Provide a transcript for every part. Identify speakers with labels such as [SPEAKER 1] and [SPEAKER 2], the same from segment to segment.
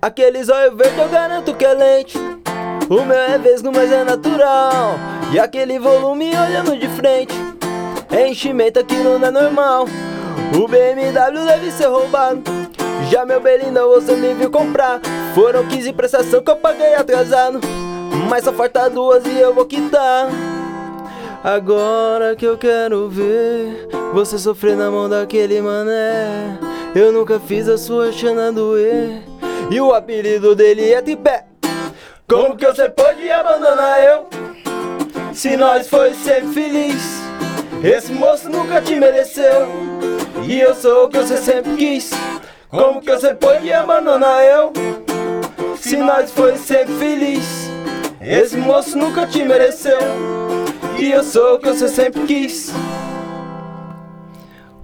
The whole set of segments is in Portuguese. [SPEAKER 1] Aqueles olhos verdes eu garanto que é lente. O meu é vesgo, mas é natural. E aquele volume olhando de frente. É enchimento, aquilo não é normal. O BMW deve ser roubado. Já meu Belinda, você me viu comprar. Foram 15 prestação que eu paguei atrasado. Mas só falta duas e eu vou quitar. Agora que eu quero ver você sofrer na mão daquele mané. Eu nunca fiz a sua chana doer. E o apelido dele é Tipé. Como que você pode abandonar eu? Se nós foi sempre feliz, esse moço nunca te mereceu. E eu sou o que você sempre quis. Como que você pode abandonar eu? Se nós foi sempre feliz, esse moço nunca te mereceu. E eu sou o que você sempre quis.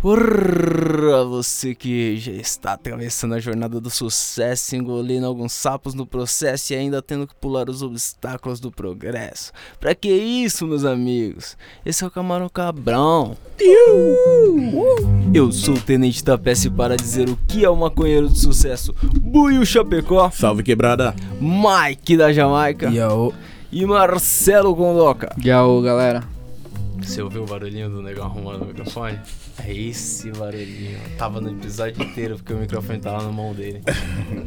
[SPEAKER 1] Porra, você que já está atravessando a jornada do sucesso, engolindo alguns sapos no processo e ainda tendo que pular os obstáculos do progresso. Pra que isso, meus amigos? Esse é o Camarão Cabrão. Eu sou o Tenente da PS para dizer o que é o maconheiro do sucesso. Buio Chapecó,
[SPEAKER 2] Salve quebrada.
[SPEAKER 1] Mike da Jamaica
[SPEAKER 3] Yaô.
[SPEAKER 1] e Marcelo Gondoca.
[SPEAKER 3] Yaô, galera.
[SPEAKER 4] Você ouviu o barulhinho do negão arrumando o microfone? É esse barulhinho. Tava no episódio inteiro porque o microfone tava na mão dele.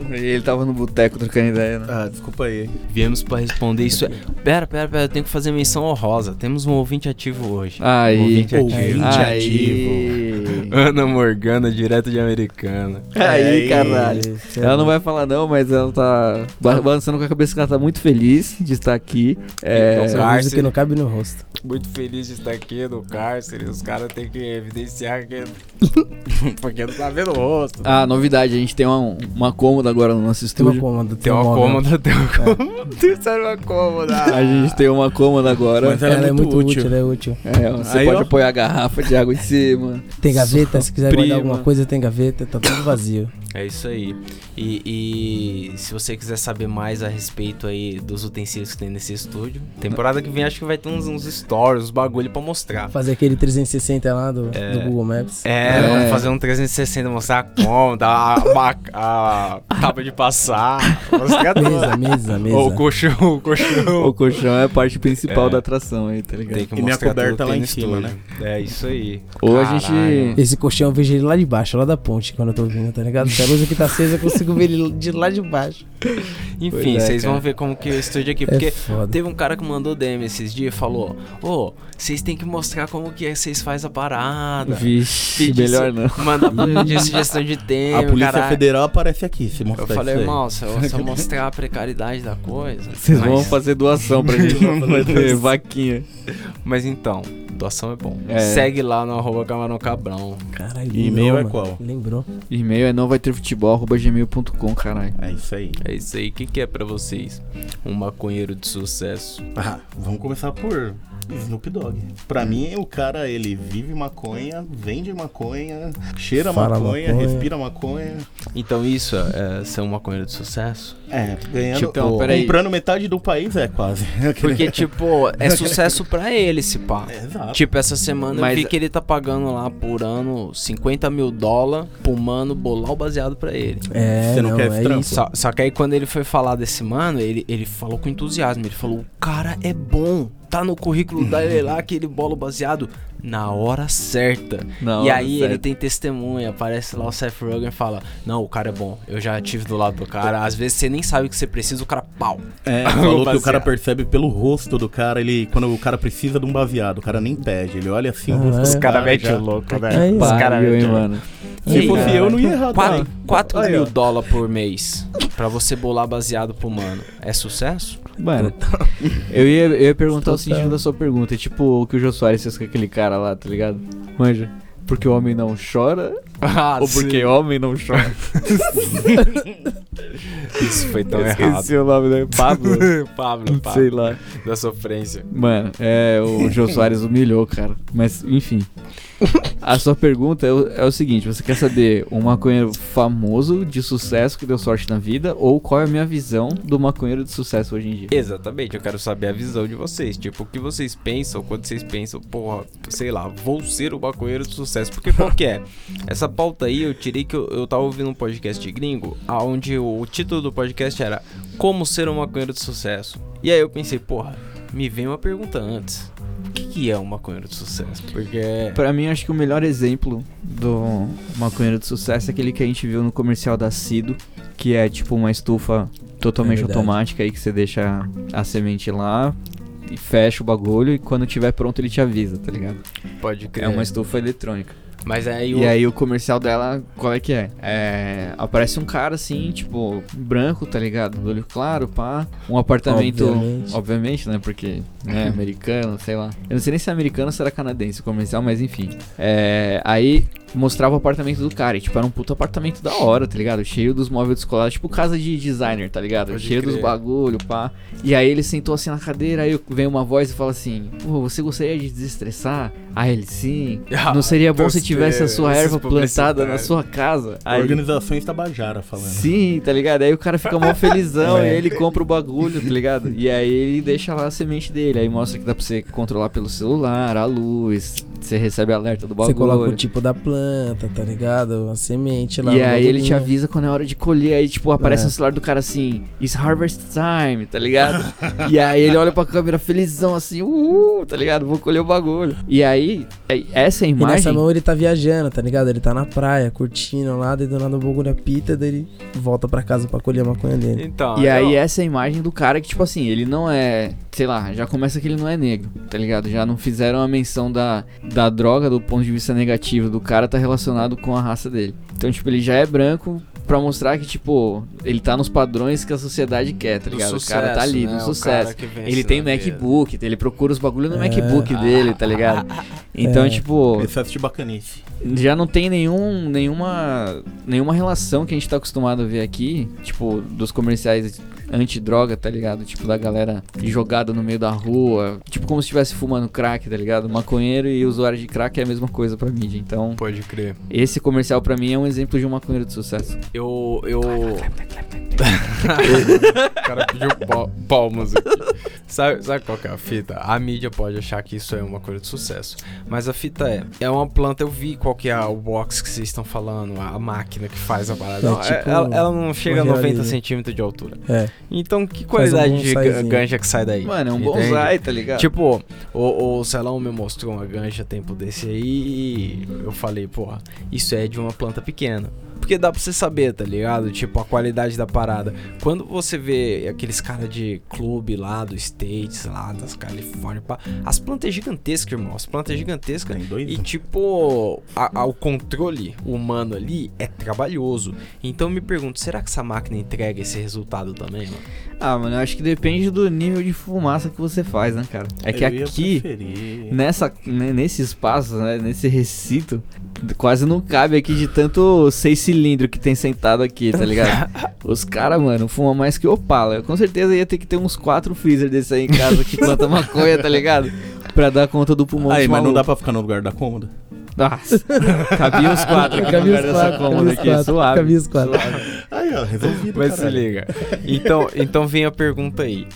[SPEAKER 3] Ele tava no boteco trocando ideia, né?
[SPEAKER 2] Ah, desculpa aí.
[SPEAKER 4] Viemos pra responder isso. é- Pera, pera, pera, eu tenho que fazer menção honrosa. Temos um ouvinte ativo hoje. Um
[SPEAKER 3] Aí.
[SPEAKER 4] Ouvinte é ativo.
[SPEAKER 2] Ouvinte ativo.
[SPEAKER 3] Aí.
[SPEAKER 4] Ana Morgana, direto de Americana.
[SPEAKER 3] Aí, caralho. Ela não vai falar não, mas ela tá ba- balançando com a cabeça que ela tá muito feliz de estar aqui. É,
[SPEAKER 4] Então,
[SPEAKER 5] Isso que não cabe no rosto.
[SPEAKER 4] é Muito feliz de estar aqui no cárcere. Os caras têm que evidenciar que. Porque não tá vendo o rosto.
[SPEAKER 3] a Ah, novidade, a gente tem uma, uma cômoda agora no nosso
[SPEAKER 5] Tem uma
[SPEAKER 3] estúdio.
[SPEAKER 5] cômoda.
[SPEAKER 4] Tem um É. uma
[SPEAKER 5] móvel.
[SPEAKER 4] cômoda, tem uma cômoda. Tem uma cômoda.
[SPEAKER 3] A gente tem uma cômoda agora.
[SPEAKER 2] Mas ela, é muito útil.
[SPEAKER 5] ela é útil.
[SPEAKER 3] É, você
[SPEAKER 2] Aí,
[SPEAKER 3] pode
[SPEAKER 2] ó.
[SPEAKER 3] apoiar a garrafa de água em cima.
[SPEAKER 5] Tem gaveta, se quiser
[SPEAKER 3] Prima.
[SPEAKER 5] guardar alguma coisa, tem gaveta, tá tudo vazio.
[SPEAKER 4] É isso aí. E, e se você quiser saber mais a respeito aí dos utensílios que tem nesse estúdio, temporada que vem acho que vai ter uns, uns stories, uns bagulho pra mostrar.
[SPEAKER 5] Fazer aquele 360 lá do, do Google Maps.
[SPEAKER 4] É,
[SPEAKER 3] É.
[SPEAKER 4] vamos fazer um 360, mostrar a conta, a, ba- a tábua de passar, mostrar tudo.
[SPEAKER 5] Mesa, mesa, mesa.
[SPEAKER 4] Ou o colchão, o colchão.
[SPEAKER 3] O colchão é a parte principal
[SPEAKER 4] É.
[SPEAKER 3] da atração aí, tá ligado?
[SPEAKER 4] Tem que
[SPEAKER 2] E minha
[SPEAKER 4] mostrar
[SPEAKER 2] coberta
[SPEAKER 4] tudo que
[SPEAKER 2] lá
[SPEAKER 4] tem
[SPEAKER 2] em
[SPEAKER 4] no
[SPEAKER 2] cima, né?
[SPEAKER 4] estúdio. É isso aí.
[SPEAKER 3] Ou a
[SPEAKER 4] Caralho.
[SPEAKER 3] gente.
[SPEAKER 5] Esse colchão eu vejo ele lá de baixo, lá da ponte, quando eu tô vindo, tá ligado? Se a luz aqui tá acesa, eu consigo ver ele de lá de baixo.
[SPEAKER 4] Enfim,
[SPEAKER 3] Pois é,
[SPEAKER 4] vocês
[SPEAKER 3] cara.
[SPEAKER 4] vão ver como que o estúdio aqui,
[SPEAKER 5] É
[SPEAKER 4] porque
[SPEAKER 5] foda.
[SPEAKER 4] teve um cara que mandou DM esses dias e falou: Ô, vocês têm que mostrar como que é que vocês fazem a parada.
[SPEAKER 3] Vixe, é
[SPEAKER 4] Pedir
[SPEAKER 3] melhor
[SPEAKER 4] su-
[SPEAKER 3] não.
[SPEAKER 4] Manda pra- de sugestão de tema,
[SPEAKER 2] A Polícia
[SPEAKER 4] caralho.
[SPEAKER 2] Federal aparece aqui, se mostrar
[SPEAKER 4] Eu falei,
[SPEAKER 2] isso aí.
[SPEAKER 4] irmão, se eu só mostrar a precariedade da coisa.
[SPEAKER 3] Vocês
[SPEAKER 4] mas,
[SPEAKER 3] vão fazer doação pra gente. Vai ter vaquinha.
[SPEAKER 4] Mas então, doação é bom.
[SPEAKER 3] É.
[SPEAKER 4] Segue lá no arroba Camarão Cabrão.
[SPEAKER 5] Caralho,
[SPEAKER 2] E
[SPEAKER 5] lembrou,
[SPEAKER 2] e-mail é
[SPEAKER 5] mano.
[SPEAKER 2] qual?
[SPEAKER 5] Lembrou.
[SPEAKER 3] E-mail é não vai ter futebol.gmail.com, caralho.
[SPEAKER 2] É isso aí.
[SPEAKER 4] É isso aí. O que, que é pra vocês? Um maconheiro de sucesso.
[SPEAKER 2] Ah, vamos começar por Snoop Dogg. Pra mim, o cara, ele vive maconha, vende maconha, cheira
[SPEAKER 5] Fala
[SPEAKER 2] maconha,
[SPEAKER 5] maconha.
[SPEAKER 2] respira maconha.
[SPEAKER 4] Então isso é ser um maconheiro de sucesso?
[SPEAKER 2] É, ganhando,
[SPEAKER 3] Tipo, então, peraí.
[SPEAKER 2] comprando metade do país, é quase.
[SPEAKER 4] Porque, tipo, é sucesso pra ele esse pá.
[SPEAKER 2] É,
[SPEAKER 5] Ah.
[SPEAKER 2] Exato.
[SPEAKER 4] Tipo, essa semana
[SPEAKER 3] Mas-
[SPEAKER 4] eu vi que ele tá pagando lá por ano 50 mil dólares pro mano bolar o baseado pra ele.
[SPEAKER 5] É,
[SPEAKER 2] Você não quer esse
[SPEAKER 5] é
[SPEAKER 2] trampo?
[SPEAKER 5] isso.
[SPEAKER 4] Só, só que aí quando ele foi falar desse mano, ele, ele falou com entusiasmo. Ele falou, o cara é bom. Tá no currículo dele lá, aquele bolo baseado na hora certa.
[SPEAKER 3] Na
[SPEAKER 4] e
[SPEAKER 3] hora
[SPEAKER 4] aí
[SPEAKER 3] certa.
[SPEAKER 4] ele tem testemunha, aparece lá o Seth Rogen e fala, não, o cara é bom. Eu já tive do lado do cara. Às vezes você nem sabe o que você precisa, o cara pau.
[SPEAKER 2] É, falou que o cara percebe pelo rosto do cara, ele quando o cara precisa de um baseado, o cara nem pede, ele olha assim o rosto
[SPEAKER 5] Os
[SPEAKER 2] do
[SPEAKER 5] cara
[SPEAKER 2] já.
[SPEAKER 4] louco,
[SPEAKER 5] É isso.
[SPEAKER 3] Pariu, hein, mano.
[SPEAKER 2] Se
[SPEAKER 4] Ih,
[SPEAKER 2] fosse
[SPEAKER 5] É.
[SPEAKER 4] cara.
[SPEAKER 2] eu, não ia errar.
[SPEAKER 4] 4,
[SPEAKER 2] tá? Aí,
[SPEAKER 4] mil
[SPEAKER 2] ó.
[SPEAKER 4] dólares por mês pra você bolar baseado pro mano. É sucesso?
[SPEAKER 3] Mano, eu ia, eu ia perguntar o
[SPEAKER 5] Total.
[SPEAKER 3] sentido da sua pergunta. É tipo o que o Jô Soares fez com aquele cara lá, tá ligado? Manja. Porque o homem não chora?
[SPEAKER 4] Ah,
[SPEAKER 5] Assim.
[SPEAKER 3] ou porque homem não chora?
[SPEAKER 4] isso foi
[SPEAKER 5] Então
[SPEAKER 4] tão
[SPEAKER 5] é
[SPEAKER 3] Eu esqueci o nome dele. Pablo?
[SPEAKER 4] Pablo,
[SPEAKER 3] Sei
[SPEAKER 4] Pablo,
[SPEAKER 3] lá.
[SPEAKER 4] da sofrência.
[SPEAKER 3] Mano, é, o Jô Soares humilhou, cara. Mas, enfim. A sua pergunta é o, é o seguinte: você quer saber um maconheiro famoso de sucesso que deu sorte na vida ou qual é a minha visão do maconheiro de sucesso hoje em dia?
[SPEAKER 4] Exatamente, eu quero saber a visão de vocês. Tipo, o que vocês pensam quando vocês pensam, porra, sei lá, vou ser o maconheiro de sucesso. Porque qual que é? Essa pauta aí eu tirei que eu, eu tava ouvindo um podcast de gringo, onde o título do podcast era Como Ser um Maconheiro de Sucesso. E aí eu pensei, porra, me vem uma pergunta antes. O que, que é um maconheiro de sucesso? Porque.
[SPEAKER 3] Pra mim, acho que o melhor exemplo do maconheiro de sucesso é aquele que a gente viu no comercial da Cido, que é tipo uma estufa
[SPEAKER 5] É
[SPEAKER 3] totalmente
[SPEAKER 5] verdade.
[SPEAKER 3] automática aí que você deixa a semente lá e fecha o bagulho e quando tiver pronto ele te avisa, tá ligado?
[SPEAKER 4] Pode crer.
[SPEAKER 3] É uma estufa eletrônica.
[SPEAKER 4] Mas aí o.
[SPEAKER 3] E aí o comercial dela, qual é que é? É, Aparece um cara assim, tipo, branco, tá ligado? Do olho claro, pá. Um apartamento.
[SPEAKER 5] Obviamente.
[SPEAKER 3] Obviamente, né? Porque é americano, sei lá. Eu não sei nem se é americano ou se era canadense o comercial, mas enfim. É, aí mostrava o apartamento do cara. E, tipo, era um puto apartamento da hora, tá ligado? Cheio dos móveis descolados, tipo casa de designer, tá ligado?
[SPEAKER 4] Pode
[SPEAKER 3] Cheio dos
[SPEAKER 4] crer.
[SPEAKER 3] bagulho, pá. E aí ele sentou assim na cadeira, aí vem uma voz e fala assim: Pô, você gostaria de desestressar? Aí ele sim.
[SPEAKER 4] Ah,
[SPEAKER 3] Não seria bom se
[SPEAKER 4] gostei.
[SPEAKER 3] tivesse a sua
[SPEAKER 4] Esses
[SPEAKER 3] erva plantada na
[SPEAKER 4] publicitários.
[SPEAKER 3] sua casa?
[SPEAKER 2] A
[SPEAKER 3] Aí,
[SPEAKER 2] organização Tabajara falando.
[SPEAKER 3] sim, tá ligado? Aí o cara fica mó felizão
[SPEAKER 5] É.
[SPEAKER 3] e ele compra o bagulho, tá ligado? E aí ele deixa lá a semente dele. Aí mostra que dá pra você controlar pelo celular, a luz, você recebe alerta do
[SPEAKER 5] Você
[SPEAKER 3] bagulho.
[SPEAKER 5] coloca o tipo da planta, tá ligado? A semente lá.
[SPEAKER 3] E
[SPEAKER 5] no
[SPEAKER 3] aí ele te
[SPEAKER 5] bagulhinho.
[SPEAKER 3] avisa quando é hora de colher, aí tipo, aparece
[SPEAKER 5] É.
[SPEAKER 3] no celular do cara assim, it's harvest time, tá ligado? e aí ele olha pra câmera felizão assim, uh, tá ligado? Vou colher o bagulho. E aí, é- essa é a
[SPEAKER 5] E nessa
[SPEAKER 3] imagem.
[SPEAKER 5] mão ele tá viajando, tá ligado? Ele tá na praia, curtindo lá, daí do nada o bagulho apita, daí ele volta pra casa pra colher a maconha dele.
[SPEAKER 4] Então.
[SPEAKER 3] E aí
[SPEAKER 4] não.
[SPEAKER 3] essa é a imagem do cara que, tipo assim, ele não é, sei lá, já começa que ele não é negro, tá ligado? Já não fizeram a menção da, da droga do ponto de vista negativo do cara tá relacionado com a raça dele. Então, tipo, ele já é branco pra mostrar que, tipo, ele tá nos padrões que a sociedade quer, tá
[SPEAKER 4] Do
[SPEAKER 3] ligado? o cara tá ali,
[SPEAKER 4] né?
[SPEAKER 3] no
[SPEAKER 4] O cara
[SPEAKER 3] sucesso.
[SPEAKER 4] que vence
[SPEAKER 3] Ele tem
[SPEAKER 4] na vida.
[SPEAKER 3] MacBook, ele procura os bagulho no
[SPEAKER 5] É.
[SPEAKER 3] MacBook dele, tá ligado? Então,
[SPEAKER 5] É.
[SPEAKER 3] tipo,
[SPEAKER 2] Excesso de bacanice.
[SPEAKER 3] já não tem nenhum, nenhuma, nenhuma relação que a gente tá acostumado a ver aqui, tipo, dos comerciais antidroga, tá ligado? Tipo, da galera jogada no meio da rua, tipo, como se estivesse fumando crack, tá ligado? Maconheiro e usuário de crack é a mesma coisa pra mídia. Então,
[SPEAKER 4] Pode crer.
[SPEAKER 3] esse comercial pra mim é um exemplo de um maconheiro de sucesso.
[SPEAKER 4] Eu. eu... o cara pediu pal- palmas aqui. Sabe, sabe qual que é a fita? A mídia pode achar que isso é uma coisa de sucesso. Mas a fita é. É uma planta, eu vi qual que é o box que vocês estão falando, a máquina que faz a parada.
[SPEAKER 5] É
[SPEAKER 4] Não,
[SPEAKER 5] tipo
[SPEAKER 4] ela, ela não chega a
[SPEAKER 5] uma
[SPEAKER 4] 90
[SPEAKER 5] realidade.
[SPEAKER 4] centímetros de altura.
[SPEAKER 5] É.
[SPEAKER 4] Então que
[SPEAKER 5] Faz um
[SPEAKER 4] qualidade de ga-
[SPEAKER 5] bonsaizinho.
[SPEAKER 4] ganja que sai daí?
[SPEAKER 3] Mano, é um
[SPEAKER 4] Entende?
[SPEAKER 3] bonsai, tá ligado?
[SPEAKER 4] Tipo, o, o Celão me mostrou uma ganja tempo desse aí e eu falei, porra, isso é de uma planta pequena. Porque dá pra você saber, tá ligado? Tipo, a qualidade da parada. Quando você vê aqueles caras de clube lá dos States, lá das Califórnia, pá, as plantas é gigantescas, irmão. As plantas é gigantescas.
[SPEAKER 2] Tem dois.
[SPEAKER 4] E tipo, a- a- o controle humano ali é trabalhoso. Então eu me pergunto, será que essa máquina entrega esse resultado também, mano?
[SPEAKER 3] Ah, mano, eu acho que depende do nível de fumaça que você faz, né, cara? É que
[SPEAKER 2] Eu ia
[SPEAKER 3] aqui...
[SPEAKER 2] preferir.
[SPEAKER 3] nessa, né, nesse espaço, né, nesse recinto, quase não cabe aqui de tanto seis cilindros que tem sentado aqui, tá ligado? Os caras, mano, fumam mais que Opala. Eu, com certeza ia ter que ter uns quatro freezer desse aí em casa que planta maconha, tá ligado? Pra dar conta do pulmão
[SPEAKER 2] Aí,
[SPEAKER 3] dos
[SPEAKER 2] mas não dá
[SPEAKER 3] malucos.
[SPEAKER 2] pra ficar no lugar da cômoda?
[SPEAKER 3] Nossa, cabia os quatro aqui no
[SPEAKER 5] Cabia os
[SPEAKER 3] lugar dessa
[SPEAKER 5] quatro,
[SPEAKER 3] cômoda
[SPEAKER 5] cabia os
[SPEAKER 3] aqui,
[SPEAKER 5] quatro,
[SPEAKER 3] suave.
[SPEAKER 5] cabia os quatro.
[SPEAKER 3] suave.
[SPEAKER 2] Aí, ó, resolvido,
[SPEAKER 4] Mas se
[SPEAKER 2] caralho.
[SPEAKER 4] liga. Então, então vem a pergunta aí.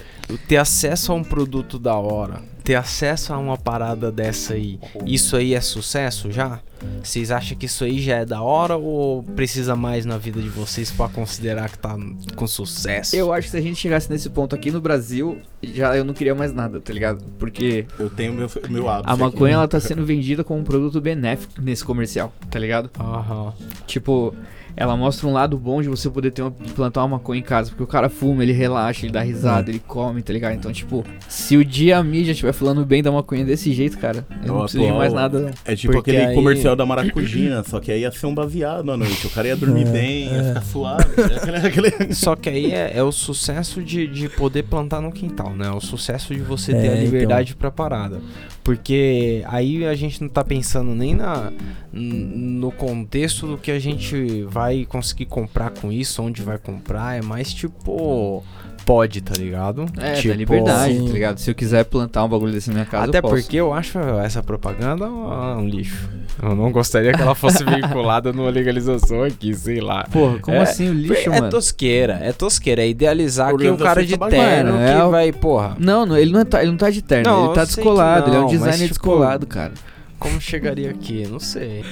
[SPEAKER 4] Ter acesso a um produto da hora, ter acesso a uma parada dessa aí, isso aí é sucesso já? Vocês acham que isso aí já é da hora ou precisa mais na vida de vocês pra considerar que tá com sucesso?
[SPEAKER 3] Eu acho que se a gente chegasse nesse ponto aqui no Brasil, já eu não queria mais nada, tá ligado? Porque
[SPEAKER 2] Eu tenho meu, meu hábito.
[SPEAKER 3] a
[SPEAKER 2] aqui.
[SPEAKER 3] maconha ela tá sendo vendida como um produto benéfico nesse comercial, tá ligado?
[SPEAKER 4] Aham.
[SPEAKER 3] Tipo, ela mostra um lado bom de você poder ter uma, plantar uma maconha em casa, porque o cara fuma, ele relaxa, ele dá risada, ele come, tá ligado? Então, tipo, se o dia a mídia estiver falando bem da maconha desse jeito, cara, eu não
[SPEAKER 2] Eu
[SPEAKER 3] preciso de
[SPEAKER 2] aplaudo.
[SPEAKER 3] mais nada. não.
[SPEAKER 2] É tipo
[SPEAKER 5] Porque
[SPEAKER 2] aquele
[SPEAKER 5] aí-
[SPEAKER 2] comercial da maracujina, só que aí ia ser um baseado à noite. O cara ia dormir
[SPEAKER 3] É,
[SPEAKER 2] bem, ia ficar suave. É aquele- aquele-
[SPEAKER 4] Só que aí é, é o sucesso de, de poder plantar no quintal, né? É O sucesso de você ter
[SPEAKER 5] É,
[SPEAKER 4] a
[SPEAKER 5] então.
[SPEAKER 4] liberdade pra parada. Porque aí a gente não tá pensando nem na, n- no contexto do que a gente vai vai conseguir comprar com isso, onde vai comprar, é mais tipo. Pode, tá ligado?
[SPEAKER 3] É,
[SPEAKER 4] tipo,
[SPEAKER 3] da liberdade,
[SPEAKER 5] Sim.
[SPEAKER 3] tá ligado? Se eu quiser plantar um bagulho desse na minha casa,
[SPEAKER 4] Até
[SPEAKER 3] eu posso.
[SPEAKER 4] porque eu acho essa propaganda ah, um lixo. Eu não gostaria que ela fosse veiculada numa legalização aqui, sei lá.
[SPEAKER 3] Porra, como
[SPEAKER 4] É,
[SPEAKER 3] assim o lixo,
[SPEAKER 4] é
[SPEAKER 3] mano?
[SPEAKER 4] tosqueira, é tosqueira. É idealizar que é um
[SPEAKER 2] Orientação
[SPEAKER 4] cara de
[SPEAKER 2] tabaguara,
[SPEAKER 4] terno
[SPEAKER 3] né?
[SPEAKER 4] que
[SPEAKER 3] É o-
[SPEAKER 4] vai, porra.
[SPEAKER 3] Não, não, ele não, tá, ele não tá de terno,
[SPEAKER 4] Não,
[SPEAKER 3] ele tá
[SPEAKER 4] eu sei que
[SPEAKER 3] descolado, ele é um
[SPEAKER 4] não, mas,
[SPEAKER 3] designer
[SPEAKER 4] tipo-
[SPEAKER 3] descolado, cara.
[SPEAKER 4] Como chegaria aqui? Não sei.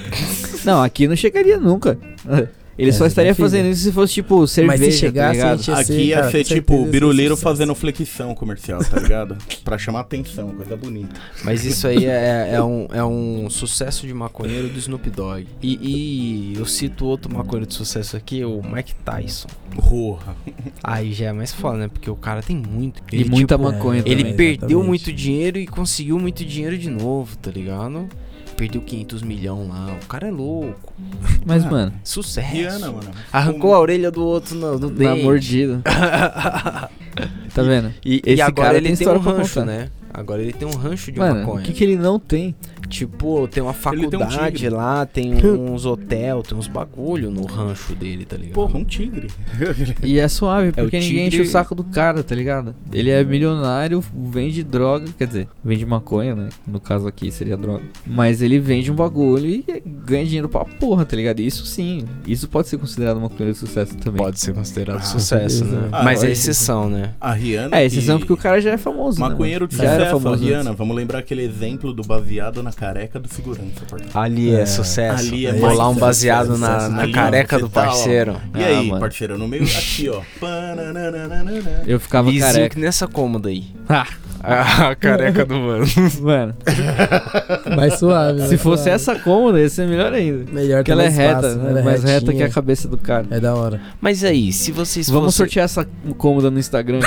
[SPEAKER 3] Não, aqui não chegaria nunca. Ele só
[SPEAKER 5] Essa é
[SPEAKER 3] estaria
[SPEAKER 5] minha filha.
[SPEAKER 3] fazendo isso se fosse, tipo, cerveja,
[SPEAKER 5] Mas se chegasse,
[SPEAKER 3] tá
[SPEAKER 5] a
[SPEAKER 3] ligado?
[SPEAKER 5] gente ia ser,
[SPEAKER 2] Aqui ia
[SPEAKER 5] cara,
[SPEAKER 2] ser
[SPEAKER 5] com
[SPEAKER 2] tipo o
[SPEAKER 5] certeza ia ser
[SPEAKER 2] biruleiro
[SPEAKER 5] sucesso.
[SPEAKER 2] fazendo flexão comercial, tá ligado? pra chamar atenção, coisa bonita.
[SPEAKER 4] Mas isso aí é, é um, é um sucesso de maconheiro do Snoop Dogg. E, e eu cito outro maconheiro de sucesso aqui, o Mike Tyson.
[SPEAKER 2] Porra.
[SPEAKER 4] Aí já é mais foda, né? Porque o cara tem muito.
[SPEAKER 3] E muita
[SPEAKER 4] tipo,
[SPEAKER 3] maconha
[SPEAKER 5] é,
[SPEAKER 3] também.
[SPEAKER 4] Ele
[SPEAKER 5] Exatamente.
[SPEAKER 4] perdeu muito dinheiro e conseguiu muito dinheiro de novo, tá ligado? Perdeu 500 milhões lá. O cara é louco.
[SPEAKER 3] Mas,
[SPEAKER 2] Ah,
[SPEAKER 3] mano,
[SPEAKER 4] Sucesso.
[SPEAKER 3] É,
[SPEAKER 2] Rihanna, mano.
[SPEAKER 4] Arrancou a orelha do outro no, no
[SPEAKER 3] na
[SPEAKER 4] dente.
[SPEAKER 3] mordida. tá vendo?
[SPEAKER 4] E, e
[SPEAKER 3] Esse
[SPEAKER 4] agora
[SPEAKER 3] cara
[SPEAKER 4] ele
[SPEAKER 3] tem
[SPEAKER 4] tem,
[SPEAKER 3] história
[SPEAKER 4] um
[SPEAKER 3] pra
[SPEAKER 4] rancho,
[SPEAKER 3] contar.
[SPEAKER 4] né? Agora ele tem um rancho de
[SPEAKER 3] Mano, o
[SPEAKER 4] maconha.
[SPEAKER 3] que, que ele não tem?
[SPEAKER 4] Tipo, tem uma
[SPEAKER 2] Ele tem um
[SPEAKER 4] faculdade
[SPEAKER 2] tigre.
[SPEAKER 4] lá, tem uns hotel, tem uns bagulho no rancho dele, tá ligado?
[SPEAKER 2] Porra, um tigre.
[SPEAKER 3] E é suave, porque
[SPEAKER 4] tigre-
[SPEAKER 3] ninguém enche o saco do cara, tá ligado? Ele é milionário, vende droga, quer dizer, vende maconha, né? No caso aqui seria droga. Mas ele vende um bagulho e ganha dinheiro pra porra, tá ligado? Isso sim, isso pode ser considerado uma coisa de sucesso também.
[SPEAKER 4] Pode ser considerado
[SPEAKER 2] Ah,
[SPEAKER 4] sucesso,
[SPEAKER 5] beleza.
[SPEAKER 4] né?
[SPEAKER 2] Ah,
[SPEAKER 4] Mas é
[SPEAKER 2] lógico.
[SPEAKER 4] exceção, né?
[SPEAKER 2] A Rihanna.
[SPEAKER 3] É, exceção porque o
[SPEAKER 2] e
[SPEAKER 3] cara já é famoso, né,
[SPEAKER 2] Maconheiro
[SPEAKER 3] mano?
[SPEAKER 2] de
[SPEAKER 3] Já era
[SPEAKER 2] sucesso, a
[SPEAKER 3] famoso. antes.
[SPEAKER 2] Rihanna. Vamos lembrar aquele exemplo do baseado na careca do segurança, porra.
[SPEAKER 4] Ali é, sucesso.
[SPEAKER 2] ali é mais
[SPEAKER 4] Bolar um
[SPEAKER 2] sucesso,
[SPEAKER 4] baseado na,
[SPEAKER 2] sucesso.
[SPEAKER 4] na
[SPEAKER 2] Ali, ó,
[SPEAKER 4] careca
[SPEAKER 2] você
[SPEAKER 4] do
[SPEAKER 2] tá, ó.
[SPEAKER 4] parceiro.
[SPEAKER 2] E
[SPEAKER 3] Ah,
[SPEAKER 2] aí,
[SPEAKER 3] mano.
[SPEAKER 2] parceiro, no meio aqui, ó. Pananananana.
[SPEAKER 3] Eu ficava
[SPEAKER 4] Vizinho
[SPEAKER 3] careca.
[SPEAKER 4] que nessa cômoda aí.
[SPEAKER 3] Ah.
[SPEAKER 4] A careca do mano.
[SPEAKER 3] Mano,
[SPEAKER 5] Mais suave.
[SPEAKER 3] se
[SPEAKER 5] mais
[SPEAKER 3] fosse
[SPEAKER 5] suave.
[SPEAKER 3] essa cômoda, ia ser melhor ainda.
[SPEAKER 5] Melhor
[SPEAKER 3] Porque
[SPEAKER 5] ter
[SPEAKER 3] ela é
[SPEAKER 5] mais espaço,
[SPEAKER 3] reta, né?
[SPEAKER 5] ela é
[SPEAKER 3] mais reta que
[SPEAKER 5] retinha.
[SPEAKER 3] a cabeça do cara.
[SPEAKER 5] É da hora.
[SPEAKER 4] Mas aí, se vocês
[SPEAKER 3] Vamos
[SPEAKER 4] fossem...
[SPEAKER 3] sortear essa cômoda no Instagram.